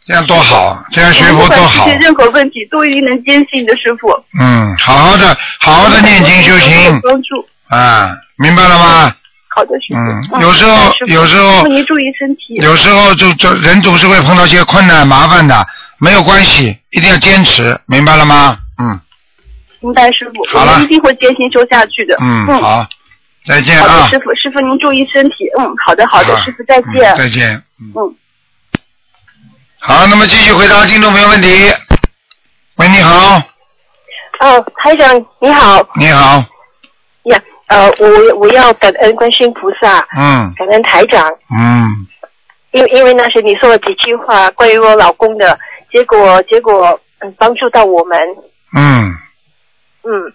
[SPEAKER 2] 这样多好啊，这样学
[SPEAKER 7] 我们
[SPEAKER 2] 佛
[SPEAKER 7] 不管
[SPEAKER 2] 多
[SPEAKER 7] 出
[SPEAKER 2] 好
[SPEAKER 7] 现，任何问题，都一定能坚信你的师傅，
[SPEAKER 2] 嗯，好好的，好好的念经修
[SPEAKER 7] 有
[SPEAKER 2] 行
[SPEAKER 7] 帮助。
[SPEAKER 2] 啊，明白了吗？
[SPEAKER 7] 好的，师傅。
[SPEAKER 2] 嗯，有时候
[SPEAKER 7] 师傅
[SPEAKER 2] 有时候
[SPEAKER 7] 师傅您注意身体。
[SPEAKER 2] 有时候就就人总是会碰到一些困难麻烦的，没有关系，一定要坚持，明白了吗？嗯，
[SPEAKER 8] 明白师傅，
[SPEAKER 2] 好
[SPEAKER 8] 我
[SPEAKER 2] 了
[SPEAKER 8] 们一定会坚信修下去的。
[SPEAKER 2] 嗯，
[SPEAKER 8] 嗯，
[SPEAKER 2] 好，再见
[SPEAKER 8] 好的，
[SPEAKER 2] 啊
[SPEAKER 8] 师，傅，师傅您注意身体。嗯，好的，好的，
[SPEAKER 2] 啊
[SPEAKER 8] 师傅再
[SPEAKER 2] 嗯
[SPEAKER 8] 见。
[SPEAKER 2] 再见，
[SPEAKER 8] 嗯。
[SPEAKER 2] 好，那么继续回答听众朋友问题。喂，你好，
[SPEAKER 5] 哦，台长你好
[SPEAKER 2] 你好，
[SPEAKER 5] 呀，呃，我我要感恩观世音菩萨，
[SPEAKER 2] 嗯
[SPEAKER 5] 感恩台长，
[SPEAKER 2] 嗯，
[SPEAKER 5] 因为因为那时你说了几句话关于我老公的，结果结果嗯帮助到我们，
[SPEAKER 2] 嗯，
[SPEAKER 5] 嗯，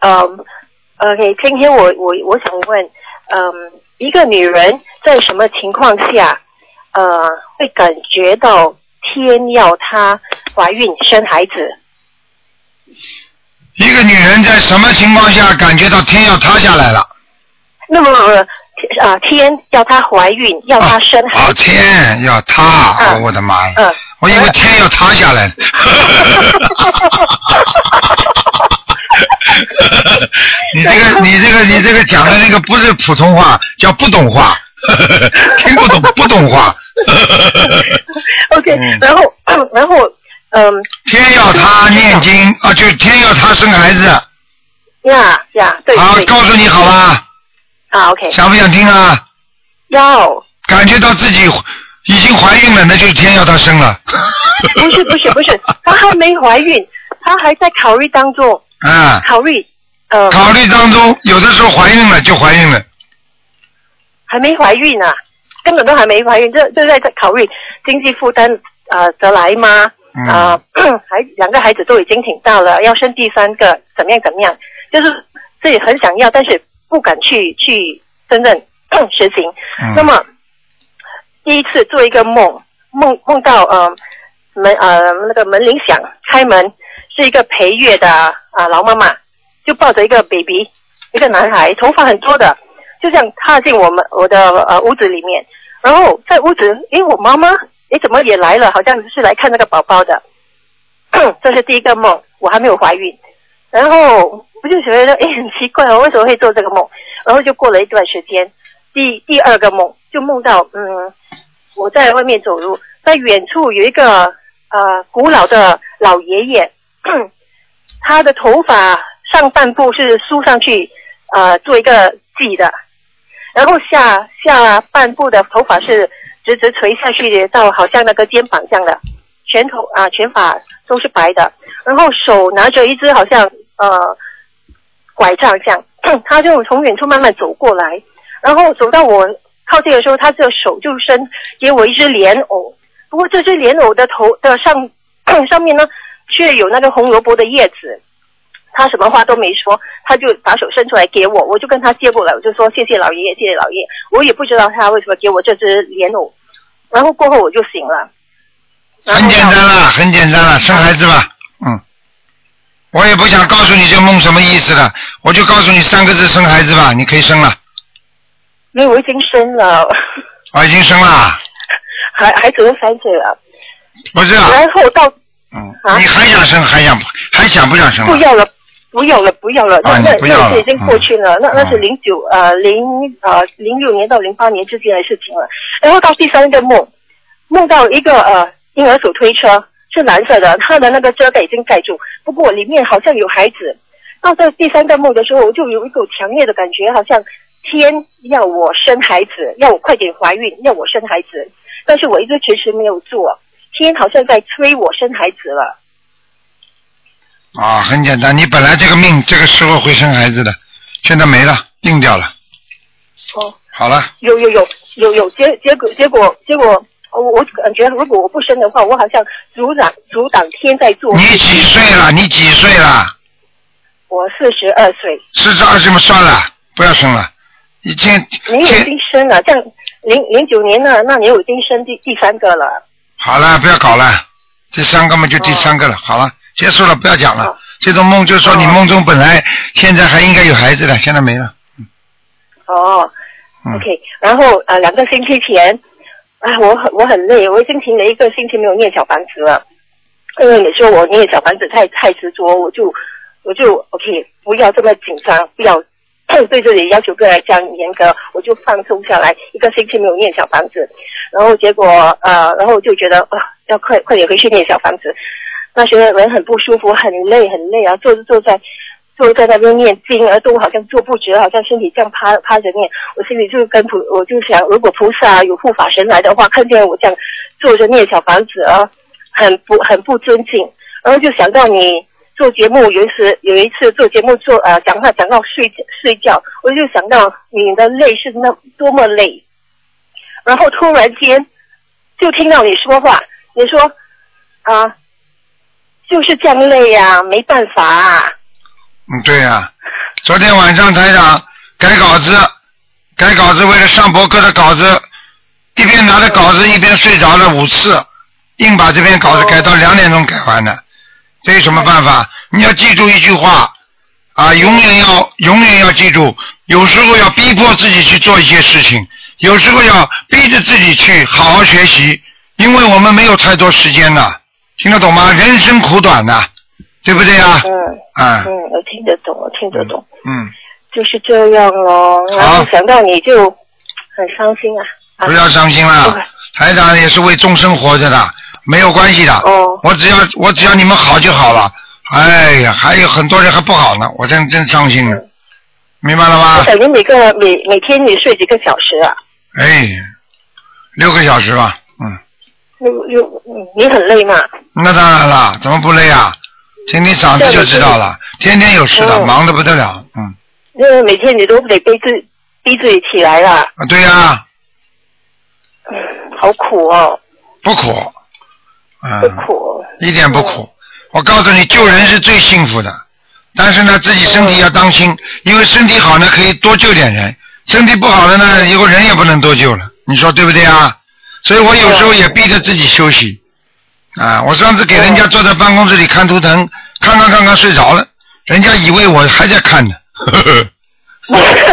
[SPEAKER 5] 嗯，OK，今天我我我想问，嗯，一个女人在什么情况下，呃，会感觉到天要她怀孕生孩子？
[SPEAKER 2] 一个女人在什么情况下感觉到天要塌下来了？
[SPEAKER 5] 那么呃啊、天要她怀孕，要她生孩
[SPEAKER 2] 哦，
[SPEAKER 5] 子，
[SPEAKER 2] 天要塌，
[SPEAKER 5] 嗯
[SPEAKER 8] 啊
[SPEAKER 2] 哦我的妈呀！
[SPEAKER 5] 嗯、
[SPEAKER 2] 我以为天要塌下
[SPEAKER 5] [LAUGHS]
[SPEAKER 2] 来。你这个，你这个，你这个讲的那个不是普通话，叫不懂
[SPEAKER 5] [LAUGHS]
[SPEAKER 2] 话，听不懂不懂话。
[SPEAKER 5] OK，、
[SPEAKER 2] 嗯
[SPEAKER 5] 然后 [COUGHS] 然后嗯
[SPEAKER 2] 天要塌念经啊，就天要塌生孩子。
[SPEAKER 5] 呀呀，对
[SPEAKER 2] 好，
[SPEAKER 5] 对
[SPEAKER 2] 告诉你好吧，
[SPEAKER 5] 啊 OK，
[SPEAKER 2] 想不想听啊？
[SPEAKER 5] 要
[SPEAKER 2] 感觉到自己已经怀孕了，那就是天要她生了。
[SPEAKER 5] 不是不是不是，她还没怀孕，她还在考虑当中，
[SPEAKER 2] 啊、
[SPEAKER 5] 考虑呃
[SPEAKER 2] 考虑当中，有的时候怀孕了就怀孕了。
[SPEAKER 5] 还没怀孕呢、根本都还没怀孕，这这在在考虑经济负担呃得来吗？
[SPEAKER 2] 嗯
[SPEAKER 5] 啊、 [COUGHS] 还两个孩子都已经挺大了，要生第三个，怎么样怎么样？就是自己很想要，但是不敢去去真正 [COUGHS] 实行。
[SPEAKER 2] 嗯
[SPEAKER 5] 那么第一次做一个梦，梦梦到呃门呃那个门铃响，开门是一个陪月的啊、老妈妈，就抱着一个 baby，一个男孩，头发很多的，就这样踏进我们我的呃屋子里面，然后在屋子，诶，我妈妈，诶，怎么也来了？好像是来看那个宝宝的。 [CLEARS THROAT] 这是第一个梦，我还没有怀孕，然后我就觉得诶，很奇怪，我为什么会做这个梦？然后就过了一段时间，第第二个梦就梦到嗯，我在外面走路，在远处有一个呃古老的老爷爷， [CLEARS THROAT] 他的头发上半部是梳上去，呃，做一个髻的，然后下下半部的头发是直直垂下去到好像那个肩膀这样的，全头啊、全发都是白的，然后手拿着一只好像呃拐杖这样， [COUGHS] 他就从远处慢慢走过来，然后走到我靠近的时候，他这个手就伸给我一只莲藕，不过这只莲藕的头的上 [COUGHS] 上面呢，却有那个红萝卜的叶子。他什么话都没说，他就把手伸出来给我，我就跟他接过来，我就说谢谢老爷爷，谢谢老爷爷。我也不知道他为什么给我这只莲藕，然后过后我就醒了。然后
[SPEAKER 2] 很简
[SPEAKER 5] 到
[SPEAKER 2] 单了，很简单了，生孩子吧，嗯。我也不想告诉你这梦什么意思了，我就告诉你三个字：生孩子吧，你可以生了。
[SPEAKER 5] 没有，我已经生了，
[SPEAKER 2] 啊，已经生了，
[SPEAKER 5] 孩孩子都三岁了。
[SPEAKER 2] 不是啊？
[SPEAKER 5] 然后到啊
[SPEAKER 2] 嗯，你还想生，还想还想不想生
[SPEAKER 5] 不
[SPEAKER 2] 了？
[SPEAKER 5] 要了，不要了，不要了，
[SPEAKER 2] 啊
[SPEAKER 5] 那
[SPEAKER 2] 你
[SPEAKER 5] 那
[SPEAKER 2] 不要了
[SPEAKER 5] 那是已经过去了，那
[SPEAKER 2] 嗯
[SPEAKER 5] 那是零九呃零呃零六年到零八年之间的事情了。然后到第三个梦，梦到一个呃婴儿手推车是蓝色的，它的那个遮盖已经盖住，不过里面好像有孩子。到这第三个梦的时候，我就有一股强烈的感觉，好像天要我生孩子，要我快点怀孕，要我生孩子，但是我一直迟迟没有做，天好像在催我生孩子了。
[SPEAKER 2] 啊，很简单，你本来这个命这个时候会生孩子的，现在没了，硬掉了。
[SPEAKER 5] 哦。
[SPEAKER 2] 好了，
[SPEAKER 5] 有有有有有结结果结果结果，我我感觉如果我不生的话，我好像阻挡阻挡天在做。
[SPEAKER 2] 你几岁了？你几岁了？
[SPEAKER 5] 我四十二岁，
[SPEAKER 2] 四十二岁嘛，算了，不要生了。已经
[SPEAKER 5] 你有已
[SPEAKER 2] 现
[SPEAKER 5] 经生了，像零零九年呢，那你有已经生第第三个了。
[SPEAKER 2] 好了，不要搞了，第三个嘛就第三个了，好了，结束了，不要讲了。这种梦就是说你梦中本来现在还应该有孩子的，现在没了。
[SPEAKER 5] 哦、
[SPEAKER 2] 嗯
[SPEAKER 5] o k 然后呃，两个星期前，啊，我很我很累，我已经停了一个星期没有念小房子了，因为你说我念小房子太太执着，我就我就 OK，不要这么紧张，不要 [CLEARS THROAT] 对自己要求更加严格，我就放松下来，一个星期没有念小房子，然后结果呃，然后就觉得啊、要快快点回去念小房子，那觉得人很不舒服，很累很累啊，坐着坐在坐在那边念经，而都好像坐不直，好像身体这样趴趴着念。我心里就跟菩，我就想，如果菩萨有护法神来的话，看见我这样坐着念小房子啊，很不很不尊敬。然后就想到你做节目，有一次有一次做节目做呃讲话讲到睡睡觉，我就想到你的累是那多么累。然后突然间就听到你说话，你说啊、就是这样累呀、没办法、啊。
[SPEAKER 2] 嗯，对呀、昨天晚上台长改稿子，改稿子为了上博哥的稿子，一边拿着稿子一边睡着了五次，硬把这篇稿子改到两点钟改完的，这有什么办法？你要记住一句话啊，永远要永远要记住，有时候要逼迫自己去做一些事情，有时候要逼着自己去好好学习，因为我们没有太多时间呐，听得懂吗？人生苦短呐，对不对呀？
[SPEAKER 5] 嗯
[SPEAKER 2] 啊，
[SPEAKER 5] 嗯，我听得懂，我听得懂，
[SPEAKER 2] 嗯。
[SPEAKER 5] 就是这样咯。然后想到你就很伤心啊。啊
[SPEAKER 2] 不要伤心啦，台长也是为众生活着的，没有关系的。
[SPEAKER 5] 哦
[SPEAKER 2] 我只要我只要你们好就好了。哎呀，还有很多人还不好呢，我真真伤心了，明白了
[SPEAKER 5] 我
[SPEAKER 2] 吗？
[SPEAKER 5] 感觉每个每每天你睡几个小时啊？
[SPEAKER 2] 哎，六个小时吧，嗯，
[SPEAKER 5] 又又嗯你很累嘛？
[SPEAKER 2] 那当然了，怎么不累啊？听听嗓子就知道了，天天有事的，
[SPEAKER 5] 哦
[SPEAKER 2] 忙得不得了，嗯，
[SPEAKER 5] 因为每天你都得
[SPEAKER 2] [LAUGHS]
[SPEAKER 5] 逼自逼自己起来啦，
[SPEAKER 2] 啊，对呀、
[SPEAKER 5] 好苦哦，
[SPEAKER 2] 不苦，嗯，
[SPEAKER 5] 不苦。哦
[SPEAKER 2] 一点不苦。我告诉你，救人是最幸福的，但是呢，自己身体要当心，因为身体好呢可以多救点人，身体不好的呢，以后人也不能多救了，你说对不对啊？所以我有时候也逼着自己休息，啊，我上次给人家坐在办公室里看图腾，看看看看睡着了，人家以为我还在看呢， [LAUGHS] 呵呵。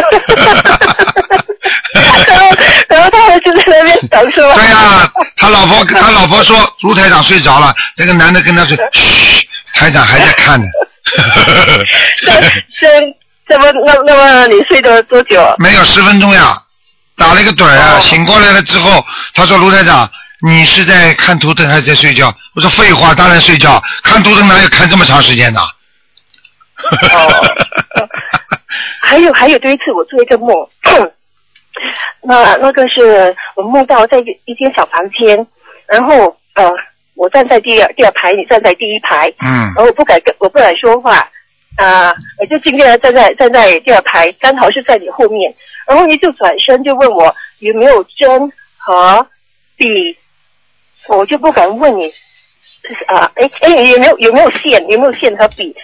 [SPEAKER 2] 嗯
[SPEAKER 5] [LAUGHS] 然后然后他们就在那边等是
[SPEAKER 2] [LAUGHS]
[SPEAKER 5] 吧？
[SPEAKER 2] 对呀、他老婆他老婆说卢台长睡着了，那个男的跟他说，嘘，台长还在看呢。 [LAUGHS]
[SPEAKER 5] 这这么那那么你睡了多久？啊
[SPEAKER 2] [LAUGHS] 没有十分钟呀，打了一个盹儿啊，醒过来了之后，他说卢台长，你是在看图腾还是在睡觉？我说废话，当然睡觉，看图腾哪有看这么长时间的？
[SPEAKER 5] 哦还有还有，这一次我做一个梦， [COUGHS] 那那个是我梦到在一一间小房间，然后呃，我站在第二第二排，你站在第一排，
[SPEAKER 2] 嗯
[SPEAKER 5] 然后我不敢跟我不敢说话，啊、我就静静的站在站在第二排，刚好是在你后面，然后你就转身就问我有没有针和笔，我就不敢问你，啊，哎哎，有没有有没有线，有没有线和笔？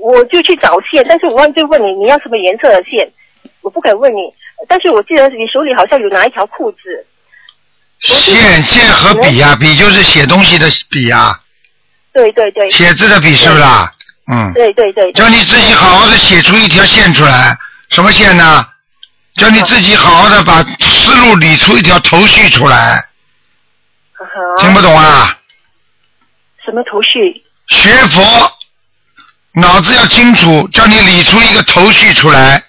[SPEAKER 5] 我就去找线，但是我忘记问你你要什么颜色的线，我不敢问你，但是我记得你手里好像有拿一条裤子，
[SPEAKER 2] 线线和笔呀、笔就是写东西的笔呀、
[SPEAKER 5] 对对对，
[SPEAKER 2] 写字的笔是不是啊？嗯，
[SPEAKER 5] 对对对，
[SPEAKER 2] 叫你自己好好的写出一条线出来，什么线呢？叫你自己好好的把思路理出一条头绪出来，
[SPEAKER 5] 啊哈
[SPEAKER 2] 听不懂啊？
[SPEAKER 5] 什么头绪？
[SPEAKER 2] 学佛，脑子要清楚，叫你理出一个头绪出来。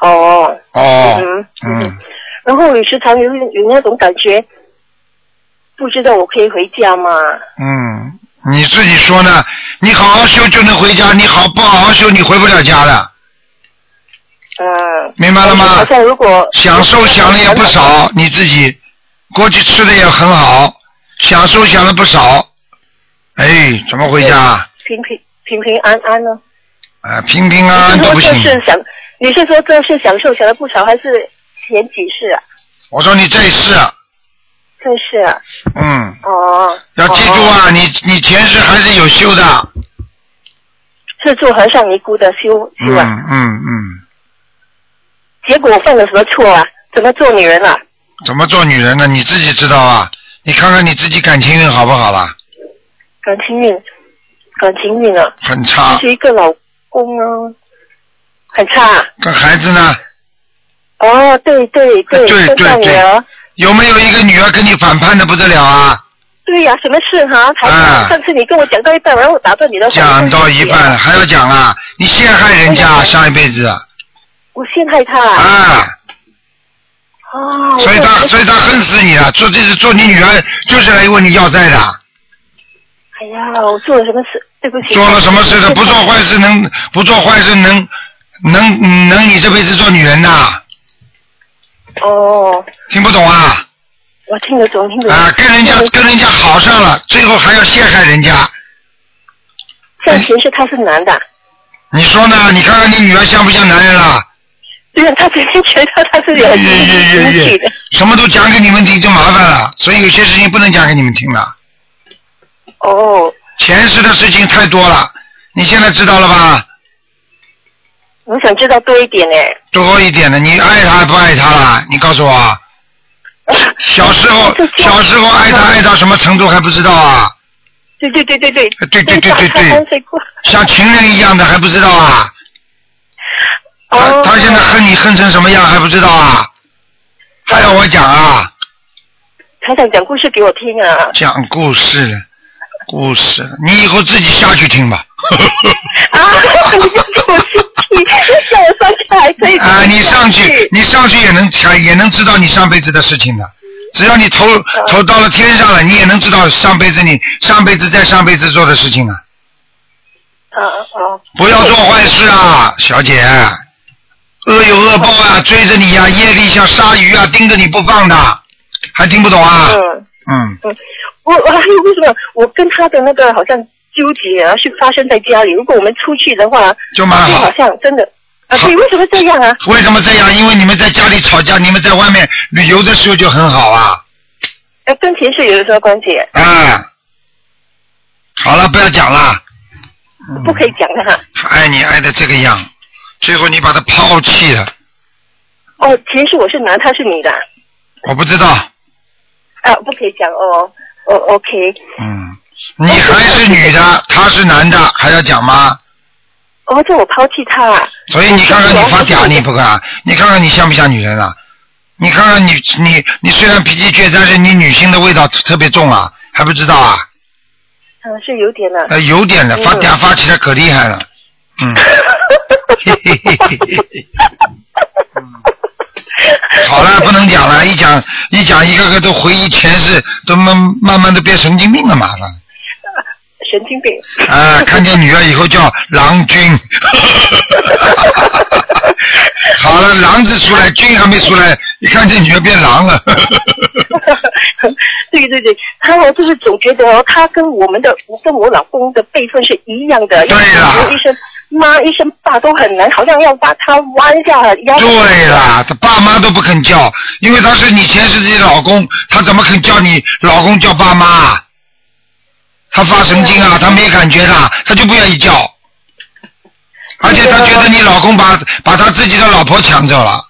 [SPEAKER 5] 哦，
[SPEAKER 2] 哦，
[SPEAKER 5] 嗯
[SPEAKER 2] 嗯，
[SPEAKER 5] 然后有时常有有那种感觉，不知道我可以回家吗？
[SPEAKER 2] 嗯，你自己说呢？你好好修就能回家，你好不好好修你回不了家的，
[SPEAKER 5] 嗯，
[SPEAKER 2] 明白了
[SPEAKER 5] 好
[SPEAKER 2] 吗？
[SPEAKER 5] 像如果
[SPEAKER 2] 享受享了也不少，你自己过去吃的也很好，享受享了不少，哎，怎么回家啊？
[SPEAKER 5] 平平平平安安呢？
[SPEAKER 2] 啊，平平安安
[SPEAKER 5] 你
[SPEAKER 2] 都
[SPEAKER 5] 是
[SPEAKER 2] 不
[SPEAKER 5] 说这
[SPEAKER 2] 行。
[SPEAKER 5] 是享？你是说这是享受享的不少，还是前几世啊？
[SPEAKER 2] 我说你这一世，啊
[SPEAKER 5] 这是啊，
[SPEAKER 2] 嗯，
[SPEAKER 5] 哦，
[SPEAKER 2] 要记住啊，你你前世还是有修的，
[SPEAKER 5] 是做和尚尼姑的修
[SPEAKER 2] 嗯
[SPEAKER 5] 修啊，
[SPEAKER 2] 嗯嗯，
[SPEAKER 5] 结果我犯了什么错啊？怎么做女人啊？
[SPEAKER 2] 怎么做女人呢？你自己知道啊？你看看你自己感情运好不好啦？
[SPEAKER 5] 感情运，感情运啊，
[SPEAKER 2] 很差
[SPEAKER 5] 就。是一个老公啊，很差、啊。
[SPEAKER 2] 跟孩子呢，
[SPEAKER 5] 哦，对对对，
[SPEAKER 2] 对
[SPEAKER 5] 生下
[SPEAKER 2] 对对
[SPEAKER 5] 女儿。
[SPEAKER 2] 有没有一个女儿跟你反叛的不得了啊？
[SPEAKER 5] 对呀、什么事哈、台长、
[SPEAKER 2] 啊
[SPEAKER 5] 上次你跟我讲到一半，然后我打断你的话。
[SPEAKER 2] 讲到一半了
[SPEAKER 5] 了。
[SPEAKER 2] 还要讲啊？你陷害人
[SPEAKER 5] 哎
[SPEAKER 2] 家啊
[SPEAKER 5] 呀
[SPEAKER 2] 上一辈子
[SPEAKER 5] 我陷害他。啊。
[SPEAKER 2] 啊，
[SPEAKER 5] 哦。
[SPEAKER 2] 所以
[SPEAKER 5] 我
[SPEAKER 2] 他
[SPEAKER 5] 就
[SPEAKER 2] 所以他恨死你了，做这是做你女儿就是来问你要债的，
[SPEAKER 5] 哎呀，我做了什么事？对不起。
[SPEAKER 2] 做了什么事的？不做坏事能不做坏事能能能你这辈子做女人的？
[SPEAKER 5] 哦，
[SPEAKER 2] 听不懂啊？
[SPEAKER 5] 我听得懂，听得懂。
[SPEAKER 2] 啊，跟人家跟人家好上了，最后还要陷害人家，
[SPEAKER 5] 向前是他是男的，
[SPEAKER 2] 你说呢？你看看你女儿像不像男人了？
[SPEAKER 5] 对呀，他曾经觉得他是
[SPEAKER 2] 越 [LAUGHS] 越
[SPEAKER 5] 有
[SPEAKER 2] 越
[SPEAKER 5] 情绪的
[SPEAKER 2] 越。，什么都讲给你们听就麻烦了，所以有些事情不能讲给你们听了。
[SPEAKER 5] 哦，
[SPEAKER 2] 前世的事情太多了，你现在知道了吧？
[SPEAKER 5] 我想知道多一点呢。
[SPEAKER 2] 多一点的，你爱他不爱他啦？你告诉我啊，小时候小时候爱他爱到什么程度还不知道啊？
[SPEAKER 5] 对对对对对。
[SPEAKER 2] 对对对对对
[SPEAKER 5] 他三岁过。
[SPEAKER 2] 像情人一样的还不知道啊？他
[SPEAKER 5] 哦。
[SPEAKER 2] 他现在恨你恨成什么样还不知道啊？还要我讲啊？
[SPEAKER 5] 台长讲故事给我听
[SPEAKER 2] [LAUGHS]
[SPEAKER 5] 啊。
[SPEAKER 2] 讲故事了，故事了，你以后自己下去听吧。
[SPEAKER 5] 啊！ [LAUGHS] 你就给我听，
[SPEAKER 3] 哎
[SPEAKER 5] 叫我上去还可以。
[SPEAKER 2] 啊，你上去，。你上去也能还也能知道你上辈子的事情的。只要你头头到了天上了，你也能知道上辈子你上辈子在上辈子做的事情啊！
[SPEAKER 5] 啊啊！
[SPEAKER 2] 不要做坏事啊，小姐，恶有恶报啊，追着你呀、业力像鲨鱼啊盯着你不放的，还听不懂啊？
[SPEAKER 5] 嗯
[SPEAKER 2] 嗯，
[SPEAKER 5] 嗯，我我还有为什么我跟他的那个好像纠结啊，是发生在家里。如果我们出去的话，
[SPEAKER 2] 就蛮
[SPEAKER 5] 就
[SPEAKER 2] 好
[SPEAKER 5] 好。像真的啊，
[SPEAKER 2] 好
[SPEAKER 5] 对，为什么这样啊？
[SPEAKER 2] 为什么这样？因为你们在家里吵架，你们在外面旅游的时候就很好啊。
[SPEAKER 5] 呃，跟前世有什么关系？
[SPEAKER 2] 啊，好了，不要讲了。嗯
[SPEAKER 5] 不可以讲的哈。
[SPEAKER 2] 他爱你爱的这个样，最后你把他抛弃了，
[SPEAKER 5] 哦，前世我是男，他是女的
[SPEAKER 2] 我不知道，
[SPEAKER 5] 啊，不可以讲哦。哦，OK，
[SPEAKER 2] 嗯，你还是女的，他是男的，还要讲吗？
[SPEAKER 5] 哦，这我抛弃他啊。
[SPEAKER 2] 所以你看看你发嗲，你不敢，你看看你像不像女人啊？你看看你你你虽然脾气倔，但是你女性的味道特别重啊，还不知道啊？
[SPEAKER 5] 嗯，是有点的。
[SPEAKER 2] 呃，有点的，发嗲发起来可厉害了，嗯，嘿嘿嘿嘿嘿嘿。好了，不能讲了，一讲一讲，一个个都回忆前世，都慢慢慢都变神经病了，麻烦。
[SPEAKER 5] 神经病。
[SPEAKER 2] 啊，看见女儿以后叫郎君。好了，郎字出来，君还没出来，一看见女儿变狼了。
[SPEAKER 5] [LAUGHS] 对对对，他我就是总觉得哦，他跟我们的跟我老公的辈分是一样的，
[SPEAKER 2] 对啦
[SPEAKER 5] 一声妈一声爸都很难，好像要把他弯下腰。
[SPEAKER 2] 对啦，他爸妈都不肯叫，因为他是你前世的老公，他怎么肯叫你老公叫爸妈啊？他发神经啊，他没感觉的，他就不愿意叫，而且他觉得你老公把把他自己的老婆抢走了。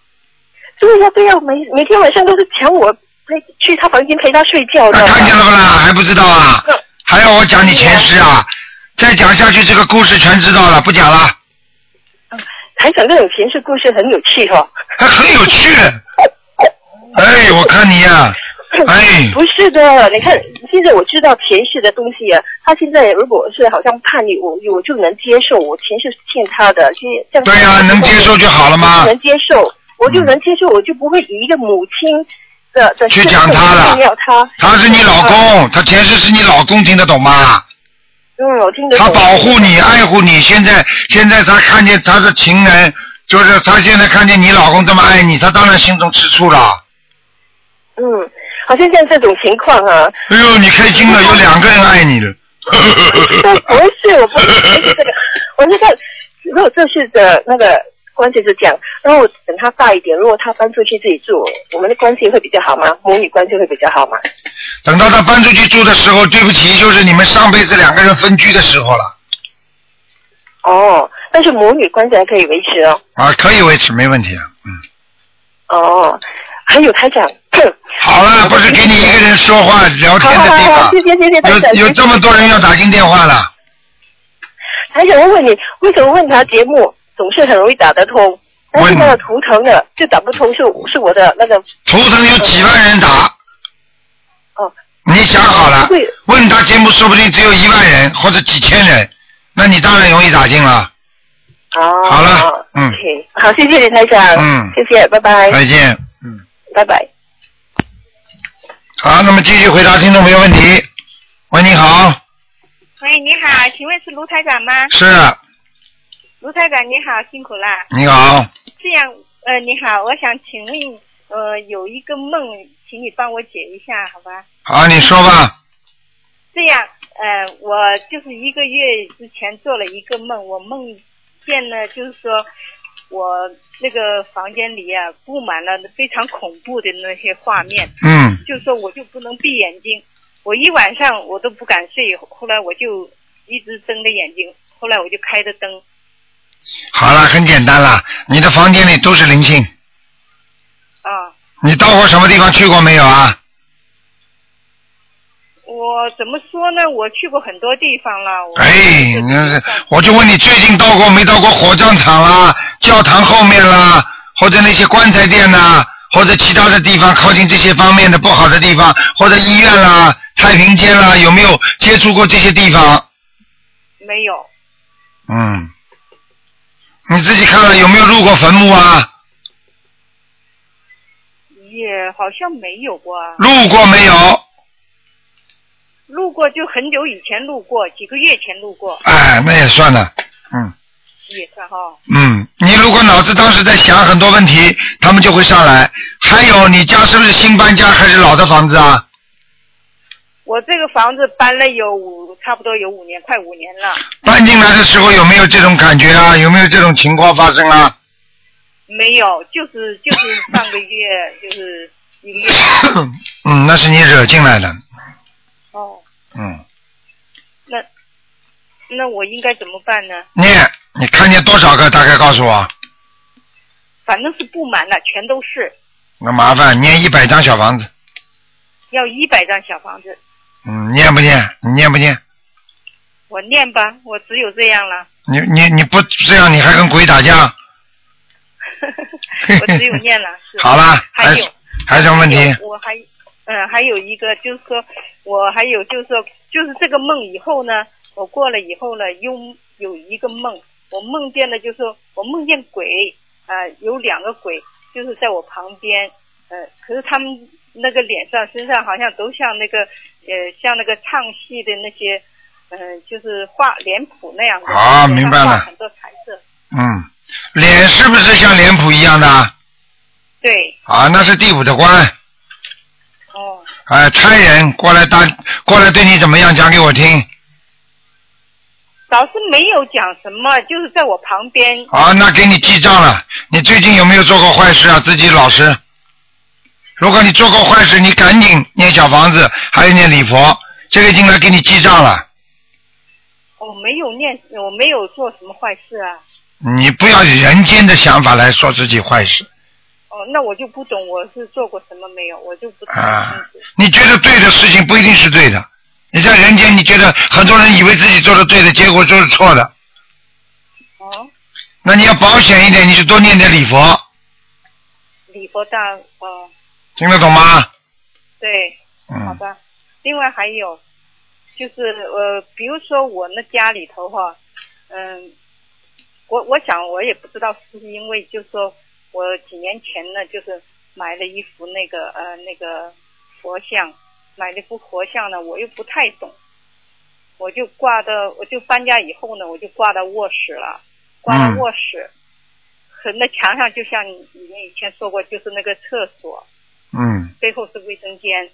[SPEAKER 5] 对呀、对呀、每每天晚上都是抢我陪去他房间陪他睡觉的
[SPEAKER 2] 那。看见了不啦？还不知道啊？
[SPEAKER 5] 嗯
[SPEAKER 2] 还要我讲你前世啊？再讲下去，这个故事全知道了，不讲了，
[SPEAKER 5] 台长这种前世故事很有趣哦。
[SPEAKER 2] 还很有
[SPEAKER 5] [LAUGHS]
[SPEAKER 2] 趣。哎，我看你呀、哎
[SPEAKER 5] [LAUGHS] 不是的，你看现在我知道前世的东西啊，他现在如果是好像叛逆，我我就能接受，我前世是欠他的，这这样
[SPEAKER 2] 对呀、能接受就好了吗嗯
[SPEAKER 5] 我就？能接受，我就能接受，我就不会以一个母亲的的
[SPEAKER 2] 去
[SPEAKER 5] 身
[SPEAKER 2] 讲
[SPEAKER 5] 份
[SPEAKER 2] 他了
[SPEAKER 5] 去要他。
[SPEAKER 2] 他是你老公，他前世是你老公，听得懂吗？
[SPEAKER 5] 嗯，我听得懂
[SPEAKER 2] 他保护你，爱护你。现在现在他看见他是情人，就是他现在看见你老公这么爱你，他当然心中吃醋了。
[SPEAKER 5] 嗯，好像像这种情况
[SPEAKER 2] [LAUGHS]
[SPEAKER 5] 啊，
[SPEAKER 2] 哎呦，你开心了，有两个人爱你
[SPEAKER 5] [LAUGHS]
[SPEAKER 2] 了。
[SPEAKER 5] 但不
[SPEAKER 2] [LAUGHS]
[SPEAKER 5] 是，我不是这个，我那个如果这是的那个关系是这样，然后我等他大一点，如果他搬出去自己住，我们的关系会比较好吗？母女关系会比较好吗？
[SPEAKER 2] 等到他搬出去住的时候，对不起，就是你们上辈子两个人分居的时候了
[SPEAKER 5] 哦，但是母女关系还可以维持哦。
[SPEAKER 2] 啊，可以维持，没问题啊。嗯，
[SPEAKER 5] 哦，还有台 [COUGHS] 长，
[SPEAKER 2] 好了，不是给你一个人说话聊
[SPEAKER 5] 好
[SPEAKER 2] 天的
[SPEAKER 5] 好
[SPEAKER 2] 地
[SPEAKER 5] 好好，
[SPEAKER 2] 方
[SPEAKER 5] 谢，谢谢谢台长，
[SPEAKER 2] 有有这么多人要打进电话了，
[SPEAKER 5] 还想问问你，为什么问他节目总是很容易打得通，但是他的图腾呢就打不通是，是我的那个
[SPEAKER 2] 头疼有几万人打。
[SPEAKER 5] 哦。
[SPEAKER 2] 你想好了
[SPEAKER 5] 对，
[SPEAKER 2] 问他节目说不定只有一万人或者几千人，那你当然容易打进了。
[SPEAKER 5] 哦。
[SPEAKER 2] 好了嗯
[SPEAKER 5] OK，好，谢谢你台长。
[SPEAKER 2] 嗯
[SPEAKER 5] 谢谢，拜拜，
[SPEAKER 2] 再见，嗯。
[SPEAKER 5] 拜拜。
[SPEAKER 2] 好，那么继续回答听众朋友问题。喂，你好。
[SPEAKER 9] 喂，你好，请问是卢台长吗？
[SPEAKER 2] 是，
[SPEAKER 9] 卢台长，你好，辛苦啦。
[SPEAKER 2] 你好，
[SPEAKER 9] 这样，呃，你好，我想请问，呃，有一个梦，请你帮我解一下，好吧？
[SPEAKER 2] 好，你说吧。
[SPEAKER 9] 这样，呃，我就是一个月之前做了一个梦，我梦见呢，就是说我那个房间里啊，布满了非常恐怖的那些画面。
[SPEAKER 2] 嗯
[SPEAKER 9] 就说我就不能闭眼睛，我一晚上我都不敢睡。后来我就一直睁着眼睛，后来我就开着灯。
[SPEAKER 2] 好了，很简单了，你的房间里都是灵性。
[SPEAKER 9] 啊，
[SPEAKER 2] 你到过什么地方去过没有啊？
[SPEAKER 9] 我怎么说呢？我去过很多地方了。我
[SPEAKER 2] 哎，那是我就问你最近到过没到过火葬场啦、教堂后面啦，或者那些棺材店呐，或者其他的地方靠近这些方面的不好的地方，或者医院啦、太平间啦，有没有接触过这些地方？
[SPEAKER 9] 没有，
[SPEAKER 2] 嗯，你自己看了有没有入过坟墓啊？
[SPEAKER 9] 也好像没有过啊。
[SPEAKER 2] 入过没有？
[SPEAKER 9] 路过就很久以前路过，几个月前路过，
[SPEAKER 2] 哎，那也算了。嗯
[SPEAKER 9] 也算哈。
[SPEAKER 2] 嗯，你如果脑子当时在想很多问题，他们就会上来。还有，你家是不是新搬家还是老的房子啊？
[SPEAKER 9] 我这个房子搬了有五，差不多有五年，快五年了，
[SPEAKER 2] 搬进来的时候有没有这种感觉啊？有没有这种情况发生啊？ [COUGHS]
[SPEAKER 9] 没有，就是就是上个月，就是一个月。
[SPEAKER 2] 嗯，那是你惹进来的。
[SPEAKER 9] 哦，
[SPEAKER 2] 嗯，
[SPEAKER 9] 那那我应该怎么办呢？
[SPEAKER 2] 念，你看见多少个？大概告诉我。
[SPEAKER 9] 反正是布满了，全都是，
[SPEAKER 2] 那麻烦念一百张小房子。
[SPEAKER 9] 要一百张小房子，
[SPEAKER 2] 嗯，念不念？你念不念？
[SPEAKER 9] 我念吧，我只有这样了， [LAUGHS]
[SPEAKER 2] 你你你不这样，你还跟鬼打架？
[SPEAKER 9] 我只有念了。是
[SPEAKER 2] 好啦，
[SPEAKER 9] 还
[SPEAKER 2] 还
[SPEAKER 9] 有
[SPEAKER 2] 还有什么问
[SPEAKER 9] 还
[SPEAKER 2] 题
[SPEAKER 9] 有？我还嗯，还有一个就是说，我还有就是说，就是这个梦以后呢，我过了以后呢，又有一个梦，我梦见的就是说我梦见鬼啊、有两个鬼就是在我旁边，呃，可是他们那个脸上身上好像都像那个呃像那个唱戏的那些。嗯、就是画脸谱那样的，
[SPEAKER 2] 啊明白了
[SPEAKER 9] 画很多彩色，
[SPEAKER 2] 嗯，脸是不是像脸谱一样的？
[SPEAKER 9] 对，
[SPEAKER 2] 啊，那是第五的官。
[SPEAKER 9] 哦，
[SPEAKER 2] 哎，差人过来打，过来对你怎么样？讲给我听。
[SPEAKER 9] 老师没有讲什么，就是在我旁边，
[SPEAKER 2] 好，那给你记账了。你最近有没有做过坏事啊？自己老实。如果你做过坏事，你赶紧念小房子，还有念礼佛，这个已经来给你记账了。
[SPEAKER 9] 我哦没有念，呃我没有做什么坏事啊。
[SPEAKER 2] 你不要以人间的想法来说自己坏事
[SPEAKER 9] 哦，那我就不懂我是做过什么没有，我就不懂。
[SPEAKER 2] 啊！你觉得对的事情不一定是对的。你在人间，你觉得很多人以为自己做的对的，结果就是错的。
[SPEAKER 9] 哦，
[SPEAKER 2] 那你要保险一点，你就多念点礼佛，
[SPEAKER 9] 礼佛大哦，
[SPEAKER 2] 听得懂吗？
[SPEAKER 9] 对，好
[SPEAKER 2] 嗯，
[SPEAKER 9] 吧。另外还有，就是呃，比如说我那家里头哈，嗯，我我想我也不知道是不是因为，就是说我几年前呢，就是买了一幅那个呃那个佛像，买了一幅佛像呢，我又不太懂，我就挂到，我就搬家以后呢，我就挂到卧室了，挂
[SPEAKER 2] 嗯
[SPEAKER 9] 到卧室，可那墙上就像你你们以前说过，就是那个厕所
[SPEAKER 2] 嗯
[SPEAKER 9] 背后是卫生间，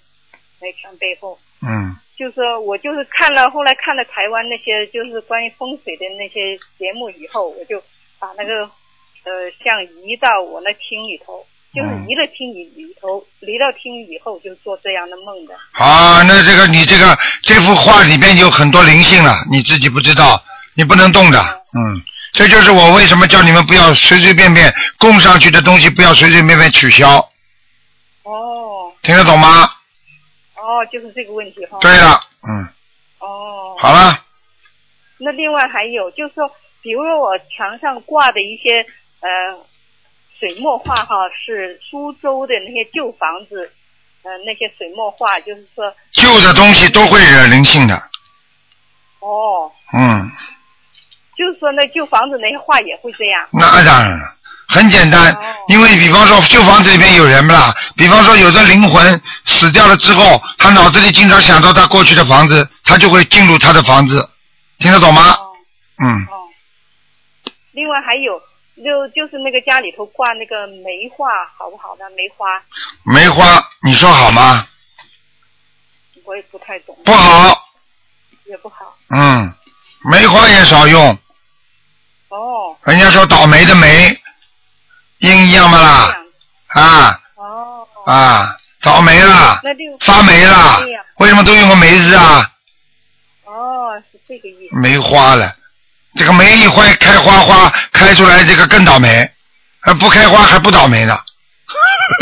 [SPEAKER 9] 那墙背后。
[SPEAKER 2] 嗯
[SPEAKER 9] 就是说我就是看了后来看了台湾那些就是关于风水的那些节目以后，我就把那个呃像移到我那厅里头，就是
[SPEAKER 2] 嗯
[SPEAKER 9] 移了厅里里头，离到厅以后就做这样的梦的。
[SPEAKER 2] 好，那这个你这个这幅画里边有很多灵性了，你自己不知道，你不能动的，嗯，这就是我为什么叫你们不要随随便便供上去的东西，不要随随便便取消，
[SPEAKER 9] 哦
[SPEAKER 2] 听得懂吗？
[SPEAKER 9] 哦，就是这个问题哈。
[SPEAKER 2] 对了，嗯，
[SPEAKER 9] 哦。
[SPEAKER 2] 好了，
[SPEAKER 9] 那另外还有就是说，比如说我墙上挂的一些呃水墨画哈，是苏州的那些旧房子，呃那些水墨画，就是说
[SPEAKER 2] 旧的东西都会惹灵性的，
[SPEAKER 9] 哦。
[SPEAKER 2] 嗯，
[SPEAKER 9] 就是说那旧房子那些画也会这样。
[SPEAKER 2] 那当然了，很简单，因为比方说旧房子里面有人啦，比方说有的灵魂死掉了之后，他脑子里经常想到他过去的房子，他就会进入他的房子，听得懂吗？嗯，
[SPEAKER 9] 哦另外还有，就就是那个家里头挂那个梅花，好不好呢？梅花
[SPEAKER 2] 梅花，你说好吗？
[SPEAKER 9] 我也不太懂，
[SPEAKER 2] 不好，
[SPEAKER 9] 也不好。
[SPEAKER 2] 嗯，梅花也少用。
[SPEAKER 9] 哦，
[SPEAKER 2] 人家说倒霉的霉，音一样不啦？啊。哦。啊，倒霉啦，
[SPEAKER 9] 那就
[SPEAKER 2] 发霉啦
[SPEAKER 9] 这样，
[SPEAKER 2] 为什么都用个梅字啊？
[SPEAKER 9] 哦，是这个意思。
[SPEAKER 2] 梅花了，这个梅一坏开花花开出来，这个更倒霉，还不开花还不倒霉呢。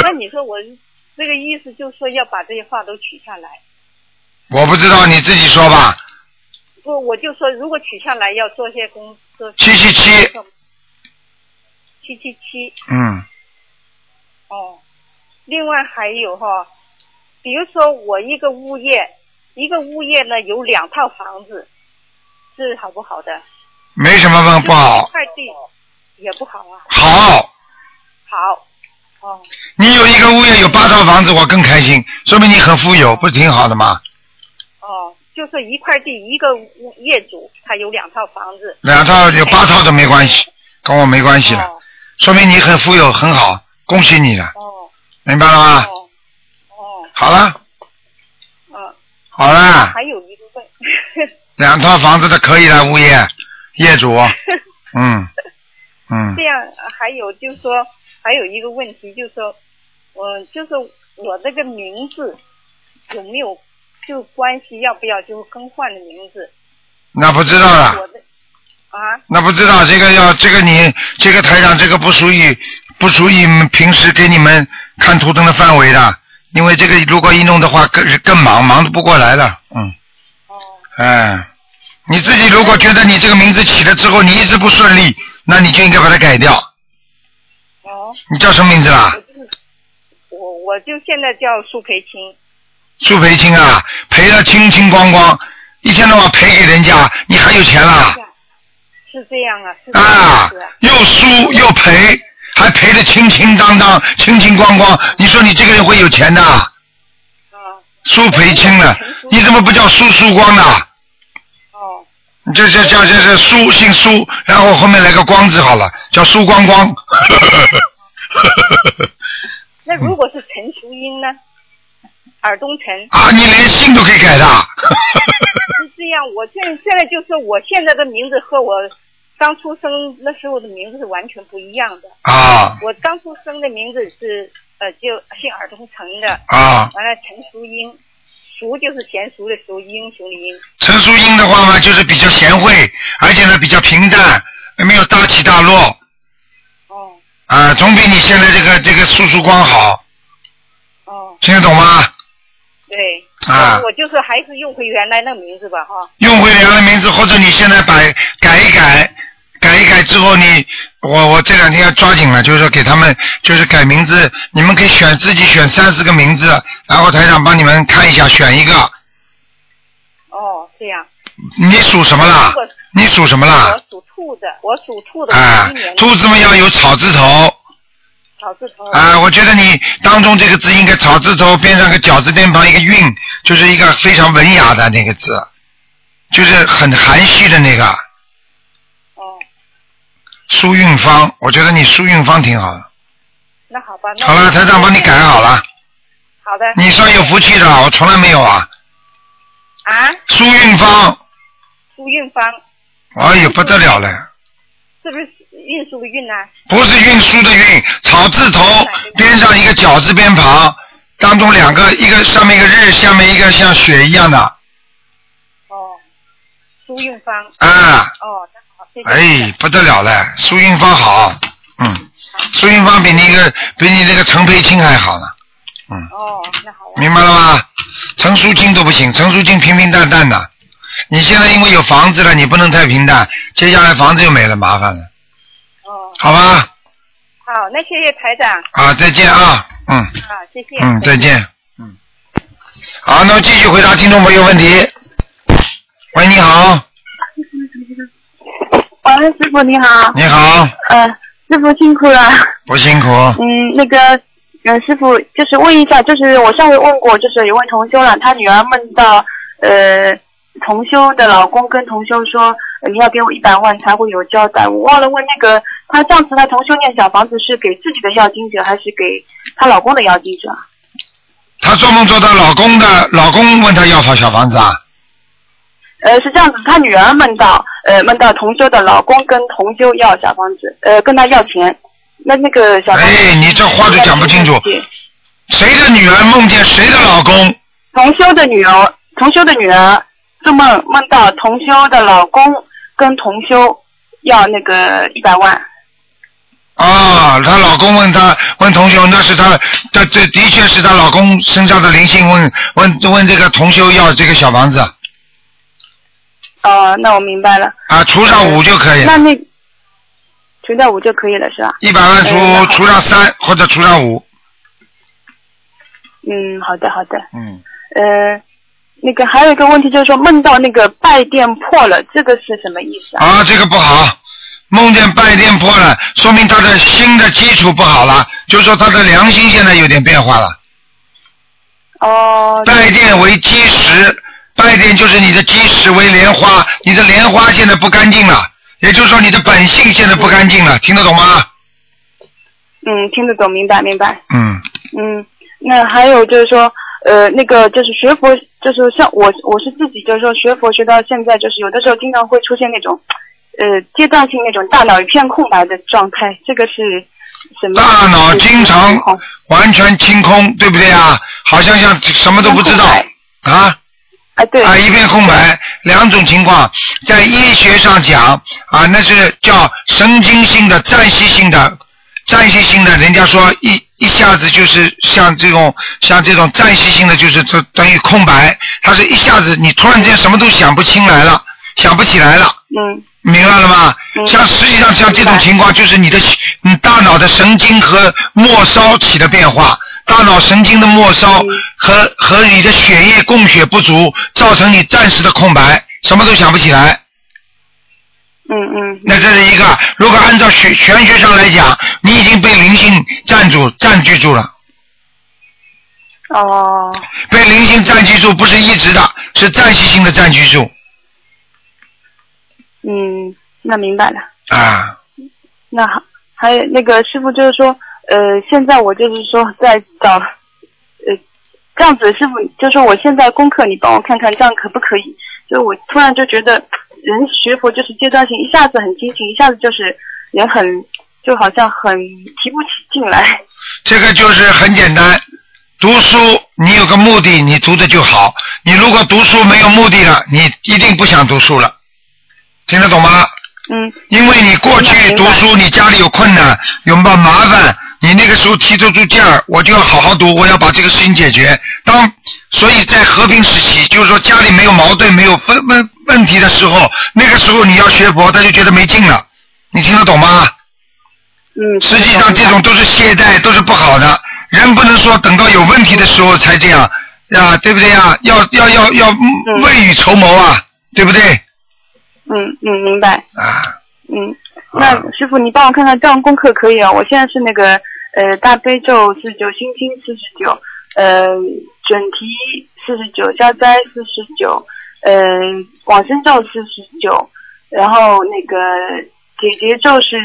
[SPEAKER 9] 那你说我这个意思就是说要把这些话都取下来。
[SPEAKER 2] 我不知道你自己说吧，
[SPEAKER 9] 不，我就说如果取下来要做些工作。
[SPEAKER 2] 777。
[SPEAKER 9] 七七七，
[SPEAKER 2] 嗯，
[SPEAKER 9] 哦。另外还有哈，比如说我一个物业，一个物业呢有两套房子，是好不好的？
[SPEAKER 2] 没什么问不好，
[SPEAKER 9] 快递也不好啊。
[SPEAKER 2] 好，
[SPEAKER 9] 好，哦，
[SPEAKER 2] 你有一个物业有八套房子，我更开心，说明你很富有，不挺好的吗？
[SPEAKER 9] 哦，就是一块地一个物业主，他有两套房子。
[SPEAKER 2] 两套有八套都没关系，跟我没关系了，说明你很富有，很好，恭喜你了，
[SPEAKER 9] 哦
[SPEAKER 2] 明白了吗？
[SPEAKER 9] 哦哦，
[SPEAKER 2] 好了，
[SPEAKER 9] 嗯。
[SPEAKER 2] 好了，
[SPEAKER 9] 还有一个 [LAUGHS] 问，
[SPEAKER 2] 两套房子的可以了，物业业主，嗯嗯
[SPEAKER 9] 这样呃还有就是说，还有一个问题就是说，嗯，就是我这个名字有没有就关系要不要就更换的名字？
[SPEAKER 2] 那不知道了。
[SPEAKER 9] 我的啊，
[SPEAKER 2] 那不知道这个要这个你这个台长这个不属于不属于平时给你们看图腾的范围的，因为这个如果一弄的话更更忙，忙不过来了，嗯。哎，你自己如果觉得你这个名字起了之后你一直不顺利，那你就应该把它改掉。
[SPEAKER 9] 哦，
[SPEAKER 2] 你叫什么名字啦？
[SPEAKER 9] 我我就现在叫苏培清，
[SPEAKER 2] 苏培清啊，赔的清清光光，一天到晚赔给人家，你还有钱啦？
[SPEAKER 9] 是这样啊，是
[SPEAKER 2] 啊，又输又赔，还赔的清清当当、清清光光。你说你这个人会有钱的？
[SPEAKER 9] 啊
[SPEAKER 2] 输赔清了，啊你怎么不叫输输光呢？哦，
[SPEAKER 9] 哦
[SPEAKER 2] 你这这叫这是输姓苏，然后后面来个光字好了，叫输光光。
[SPEAKER 9] 那如果是陈淑英呢？尔东陈
[SPEAKER 2] 啊，你连姓都可以改的。
[SPEAKER 9] 是这样，我现现在就是我现在的名字和我刚出生那时候的名字是完全不一样的。
[SPEAKER 2] 啊
[SPEAKER 9] 我刚出生的名字是呃，就姓尔东城的。
[SPEAKER 2] 啊
[SPEAKER 9] 完了，陈淑英，淑就是娴熟的淑，英雄的英。
[SPEAKER 2] 陈淑英的话嘛，就是比较贤惠，而且呢比较平淡，没有大起大落。哦。
[SPEAKER 9] 哦
[SPEAKER 2] 啊，总比你现在这个这个叔叔光好。哦。听得懂吗？
[SPEAKER 9] 对。
[SPEAKER 2] 啊
[SPEAKER 9] 我就是还是用回原来那名字吧，哈。
[SPEAKER 2] 用回原来名字，或者你现在把改一改，改一改之后你，我我这两天要抓紧了，就是说给他们就是改名字，你们可以选自己选三四个名字，然后台长帮你们看一下，选一个。
[SPEAKER 9] 哦，这样。
[SPEAKER 2] 你属什么啦
[SPEAKER 9] 如果？
[SPEAKER 2] 你属什么啦？
[SPEAKER 9] 我属兔的，我属兔的。
[SPEAKER 2] 啊
[SPEAKER 9] 我一年，
[SPEAKER 2] 兔子们要有草字头。
[SPEAKER 9] 草字 [LAUGHS] 头。
[SPEAKER 2] 啊，我觉得你当中这个字应该草字头边上个脚字边旁一个韵，就是一个非常文雅的那个字，就是很含蓄的那个。哦。
[SPEAKER 9] 哦
[SPEAKER 2] 苏韵芳，我觉得你苏韵芳挺好的。
[SPEAKER 9] 那好吧，那
[SPEAKER 2] 好了，台长帮你改好了。
[SPEAKER 9] 好的。
[SPEAKER 2] 你算有福气的，我从来没有啊。
[SPEAKER 9] 啊？
[SPEAKER 2] 苏韵芳，
[SPEAKER 9] 苏运芳
[SPEAKER 2] 哎呦不得了了，
[SPEAKER 9] 是不是运输的运啊呢、
[SPEAKER 2] 不是运输的运，草字头边上一个脚字边旁，当中两个，一个上面一个日，下面一个像雪一样的。
[SPEAKER 9] 哦苏运芳。
[SPEAKER 2] 啊。
[SPEAKER 9] 哦，那好，谢谢。
[SPEAKER 2] 哎，不得了了，苏运芳好，嗯，苏运芳比那个比你那个陈佩青还好呢，嗯，
[SPEAKER 9] 哦，那好。
[SPEAKER 2] 明白了吗？陈淑清都不行，陈淑清平平淡淡的，你现在因为有房子了，你不能太平淡，接下来房子又没了，麻烦了，
[SPEAKER 9] 哦，
[SPEAKER 2] 好吧？
[SPEAKER 9] 好，那谢谢台长。
[SPEAKER 2] 啊，再见啊，嗯
[SPEAKER 9] 好，谢谢。
[SPEAKER 2] 嗯，再见，嗯，好，那么继续回答听众朋友问题。喂，你好，
[SPEAKER 10] 王恩师傅你好。
[SPEAKER 2] 你好，
[SPEAKER 10] 呃，师傅辛苦了。
[SPEAKER 2] 不辛苦，
[SPEAKER 10] 嗯，那个，呃，师傅就是问一下，就是我上回问过，就是有位同修了，他女儿梦到呃
[SPEAKER 5] 同修的老公跟同修说，呃你要给我一百万才会有交代。我忘了问那个，她上次她同修念小房子是给自己的要经者还是给她老公的要经者啊？
[SPEAKER 2] 她做梦做到老公的，老公问她要房小房子啊？
[SPEAKER 5] 呃，是这样子，她女儿梦到，呃，梦到同修的老公跟同修要小房子，呃，跟她要钱。那那个小房子，
[SPEAKER 2] 哎你这话都讲不清楚
[SPEAKER 5] 对。
[SPEAKER 2] 谁的女儿梦见谁的老公？
[SPEAKER 5] 同修的女儿，同修的女儿做梦梦到同修的老公跟同修要那个一百万。
[SPEAKER 2] 啊，她老公问她问同修，那是她，她这的确是她老公身上的灵性问问问这个同修要这个小房子
[SPEAKER 5] 哦，那我明白了。
[SPEAKER 2] 啊，除上五就可以，
[SPEAKER 5] 那那除掉五就可以了，是吧？
[SPEAKER 2] 一百万除除上三或者除上五，
[SPEAKER 5] 嗯，好的，好的。
[SPEAKER 2] 嗯，
[SPEAKER 5] 呃，那个还有一个问题就是说，梦到那个拜殿破了，这个是什么意思啊？
[SPEAKER 2] 啊，这个不好，梦见拜殿破了，说明她的心的基础不好了，就是说她的良心现在有点变化了。
[SPEAKER 5] 哦，
[SPEAKER 2] 拜殿为基石，拜殿就是你的基石为莲花，你的莲花现在不干净了，也就是说你的本性现在不干净了，听得懂吗？
[SPEAKER 5] 嗯，听得懂，明白，明白。
[SPEAKER 2] 嗯，
[SPEAKER 5] 嗯，那还有就是说，呃，那个就是学佛，就是像我，我是自己就是说学佛学到现在，就是有的时候经常会出现那种，呃，阶段性那种大脑一片空白的状态，这个是什么？
[SPEAKER 2] 大脑经常完全清空，对不对啊？好像像什么都不知道啊
[SPEAKER 3] 哎
[SPEAKER 5] 啊，对
[SPEAKER 2] 啊，一片空白，两种情况，在医学上讲啊，那是叫神经性的、暂时性的、暂时性的，人家说一一下子就是像这种像这种暂时性的，就是这等于空白，它是一下子你突然间什么都想不清来了，想不起来了。
[SPEAKER 5] 嗯
[SPEAKER 2] 明白了吗？像实际上像这种情况，就是你的你大脑的神经和末梢起了变化，大脑神经的末梢
[SPEAKER 5] 嗯
[SPEAKER 2] 和和你的血液供血不足，造成你暂时的空白，什么都想不起来。
[SPEAKER 5] 嗯嗯
[SPEAKER 2] 那这是一个，如果按照玄玄学上来讲，你已经被灵性占住占据住了，
[SPEAKER 5] 哦，
[SPEAKER 2] 被灵性占据住不是一直的，是暂时性的占据住
[SPEAKER 5] 嗯，那明白了。
[SPEAKER 2] 啊。
[SPEAKER 5] 那还还有那个师傅就是说，呃，现在我就是说在找，呃，这样子师傅就是说我现在功课你帮我看看，这样可不可以？就是我突然就觉得人学佛就是阶段性，一下子很清醒，一下子就是人很就好像很提不起劲来。 [LAUGHS]
[SPEAKER 2] 这个就是很简单，读书你有个目的，你读的就好。你如果读书没有目的了，你一定不想读书了，听得懂吗？
[SPEAKER 5] 嗯
[SPEAKER 2] 因为你过去读书，你家里有困难，有麻麻烦，你那个时候提得出劲儿，我就要好好读，我要把这个事情解决。当所以在和平时期，就是说家里没有矛盾、没有问问问题的时候，那个时候你要学佛，他就觉得没劲了。你听得懂吗？
[SPEAKER 5] 嗯，
[SPEAKER 2] 实际上这种都是懈怠，都是不好的。人不能说等到有问题的时候才这样，啊，对不对啊？要要要要未雨绸缪啊，对不对？
[SPEAKER 5] 嗯嗯，明白。
[SPEAKER 2] 啊，
[SPEAKER 5] 嗯，那师傅，你帮我看看这样功课可以啊？我现在是那个呃大悲咒四十九，心经四十九，呃准提四十九，消灾四十九，呃往生咒四十九，然后那个解结咒是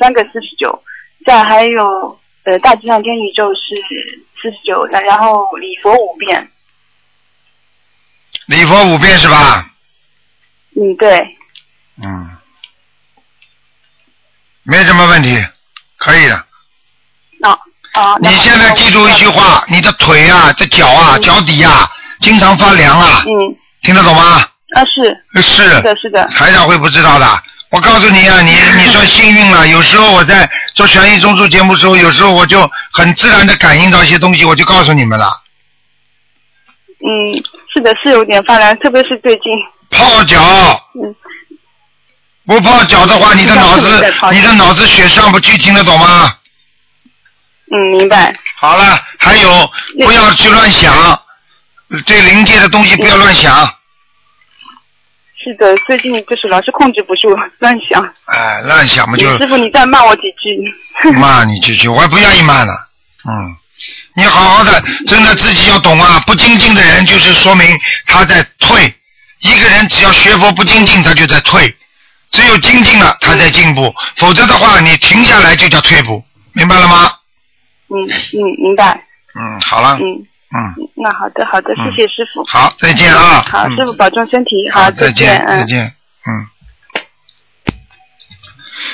[SPEAKER 5] 三个四十九，再还有呃大吉祥天宇咒是四十九，然后礼佛五遍。
[SPEAKER 2] 礼佛五遍是吧？
[SPEAKER 5] 嗯，对，
[SPEAKER 2] 嗯，没什么问题，可以的。
[SPEAKER 5] 那、啊，那
[SPEAKER 2] 你
[SPEAKER 5] 好
[SPEAKER 2] 现在记住一句话，你的腿啊、这脚啊、脚底啊，经常发凉啊，
[SPEAKER 5] 嗯，
[SPEAKER 2] 听得懂吗？
[SPEAKER 5] 啊是，
[SPEAKER 2] 是。
[SPEAKER 5] 是的，是的，
[SPEAKER 2] 台长会不知道的。我告诉你啊，你你
[SPEAKER 5] [LAUGHS]
[SPEAKER 2] 说幸运了。有时候我在做悬疑综述节目的时候，有时候我就很自然的感应到一些东西，我就告诉你们了。
[SPEAKER 5] 嗯，是的，是有点发凉，特别是最近。
[SPEAKER 2] 泡脚，
[SPEAKER 5] 嗯
[SPEAKER 2] 不泡脚的话，你的脑
[SPEAKER 5] 我知道我
[SPEAKER 2] 子
[SPEAKER 5] 在泡脚
[SPEAKER 2] 你的脑子血上不去，听得懂吗？
[SPEAKER 5] 嗯，明白。
[SPEAKER 2] 好了，还有不要去乱想，对灵界的东西不要乱想。
[SPEAKER 5] 是的，最近就是老是控制不住， [LAUGHS] 乱想。
[SPEAKER 2] 哎，乱想嘛就
[SPEAKER 5] 师傅，你再骂我几句。
[SPEAKER 2] 骂你几句，我还不愿意骂呢。嗯，你好好的，真的自己要懂啊。不精进的人就是说明他在退，一个人只要学佛不精进，他就在退；只有精进了，他在进步。否则的话，你停下来就叫退步，明白了吗？
[SPEAKER 10] 嗯嗯，明白。
[SPEAKER 2] 嗯，好了，
[SPEAKER 10] 嗯，
[SPEAKER 2] 嗯，
[SPEAKER 10] 那好的好的，谢谢师傅。
[SPEAKER 2] 好，再见啊。
[SPEAKER 10] 好，
[SPEAKER 2] 嗯
[SPEAKER 10] 师傅保重身体。
[SPEAKER 2] 好，
[SPEAKER 10] 再
[SPEAKER 2] 再见，
[SPEAKER 10] 嗯
[SPEAKER 2] 再。见，嗯。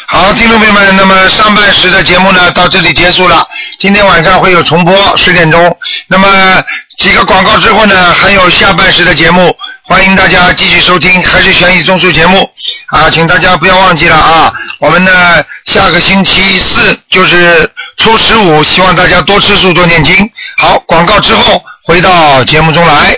[SPEAKER 2] 好，听众朋友们，那么上半时的节目呢，到这里结束了。今天晚上会有重播，十点钟。那么几个广告之后呢，还有下半时的节目，欢迎大家继续收听，还是悬疑综述节目啊，请大家不要忘记了啊。我们呢，下个星期四就是初十五，希望大家多吃素，多念经。好，广告之后回到节目中来。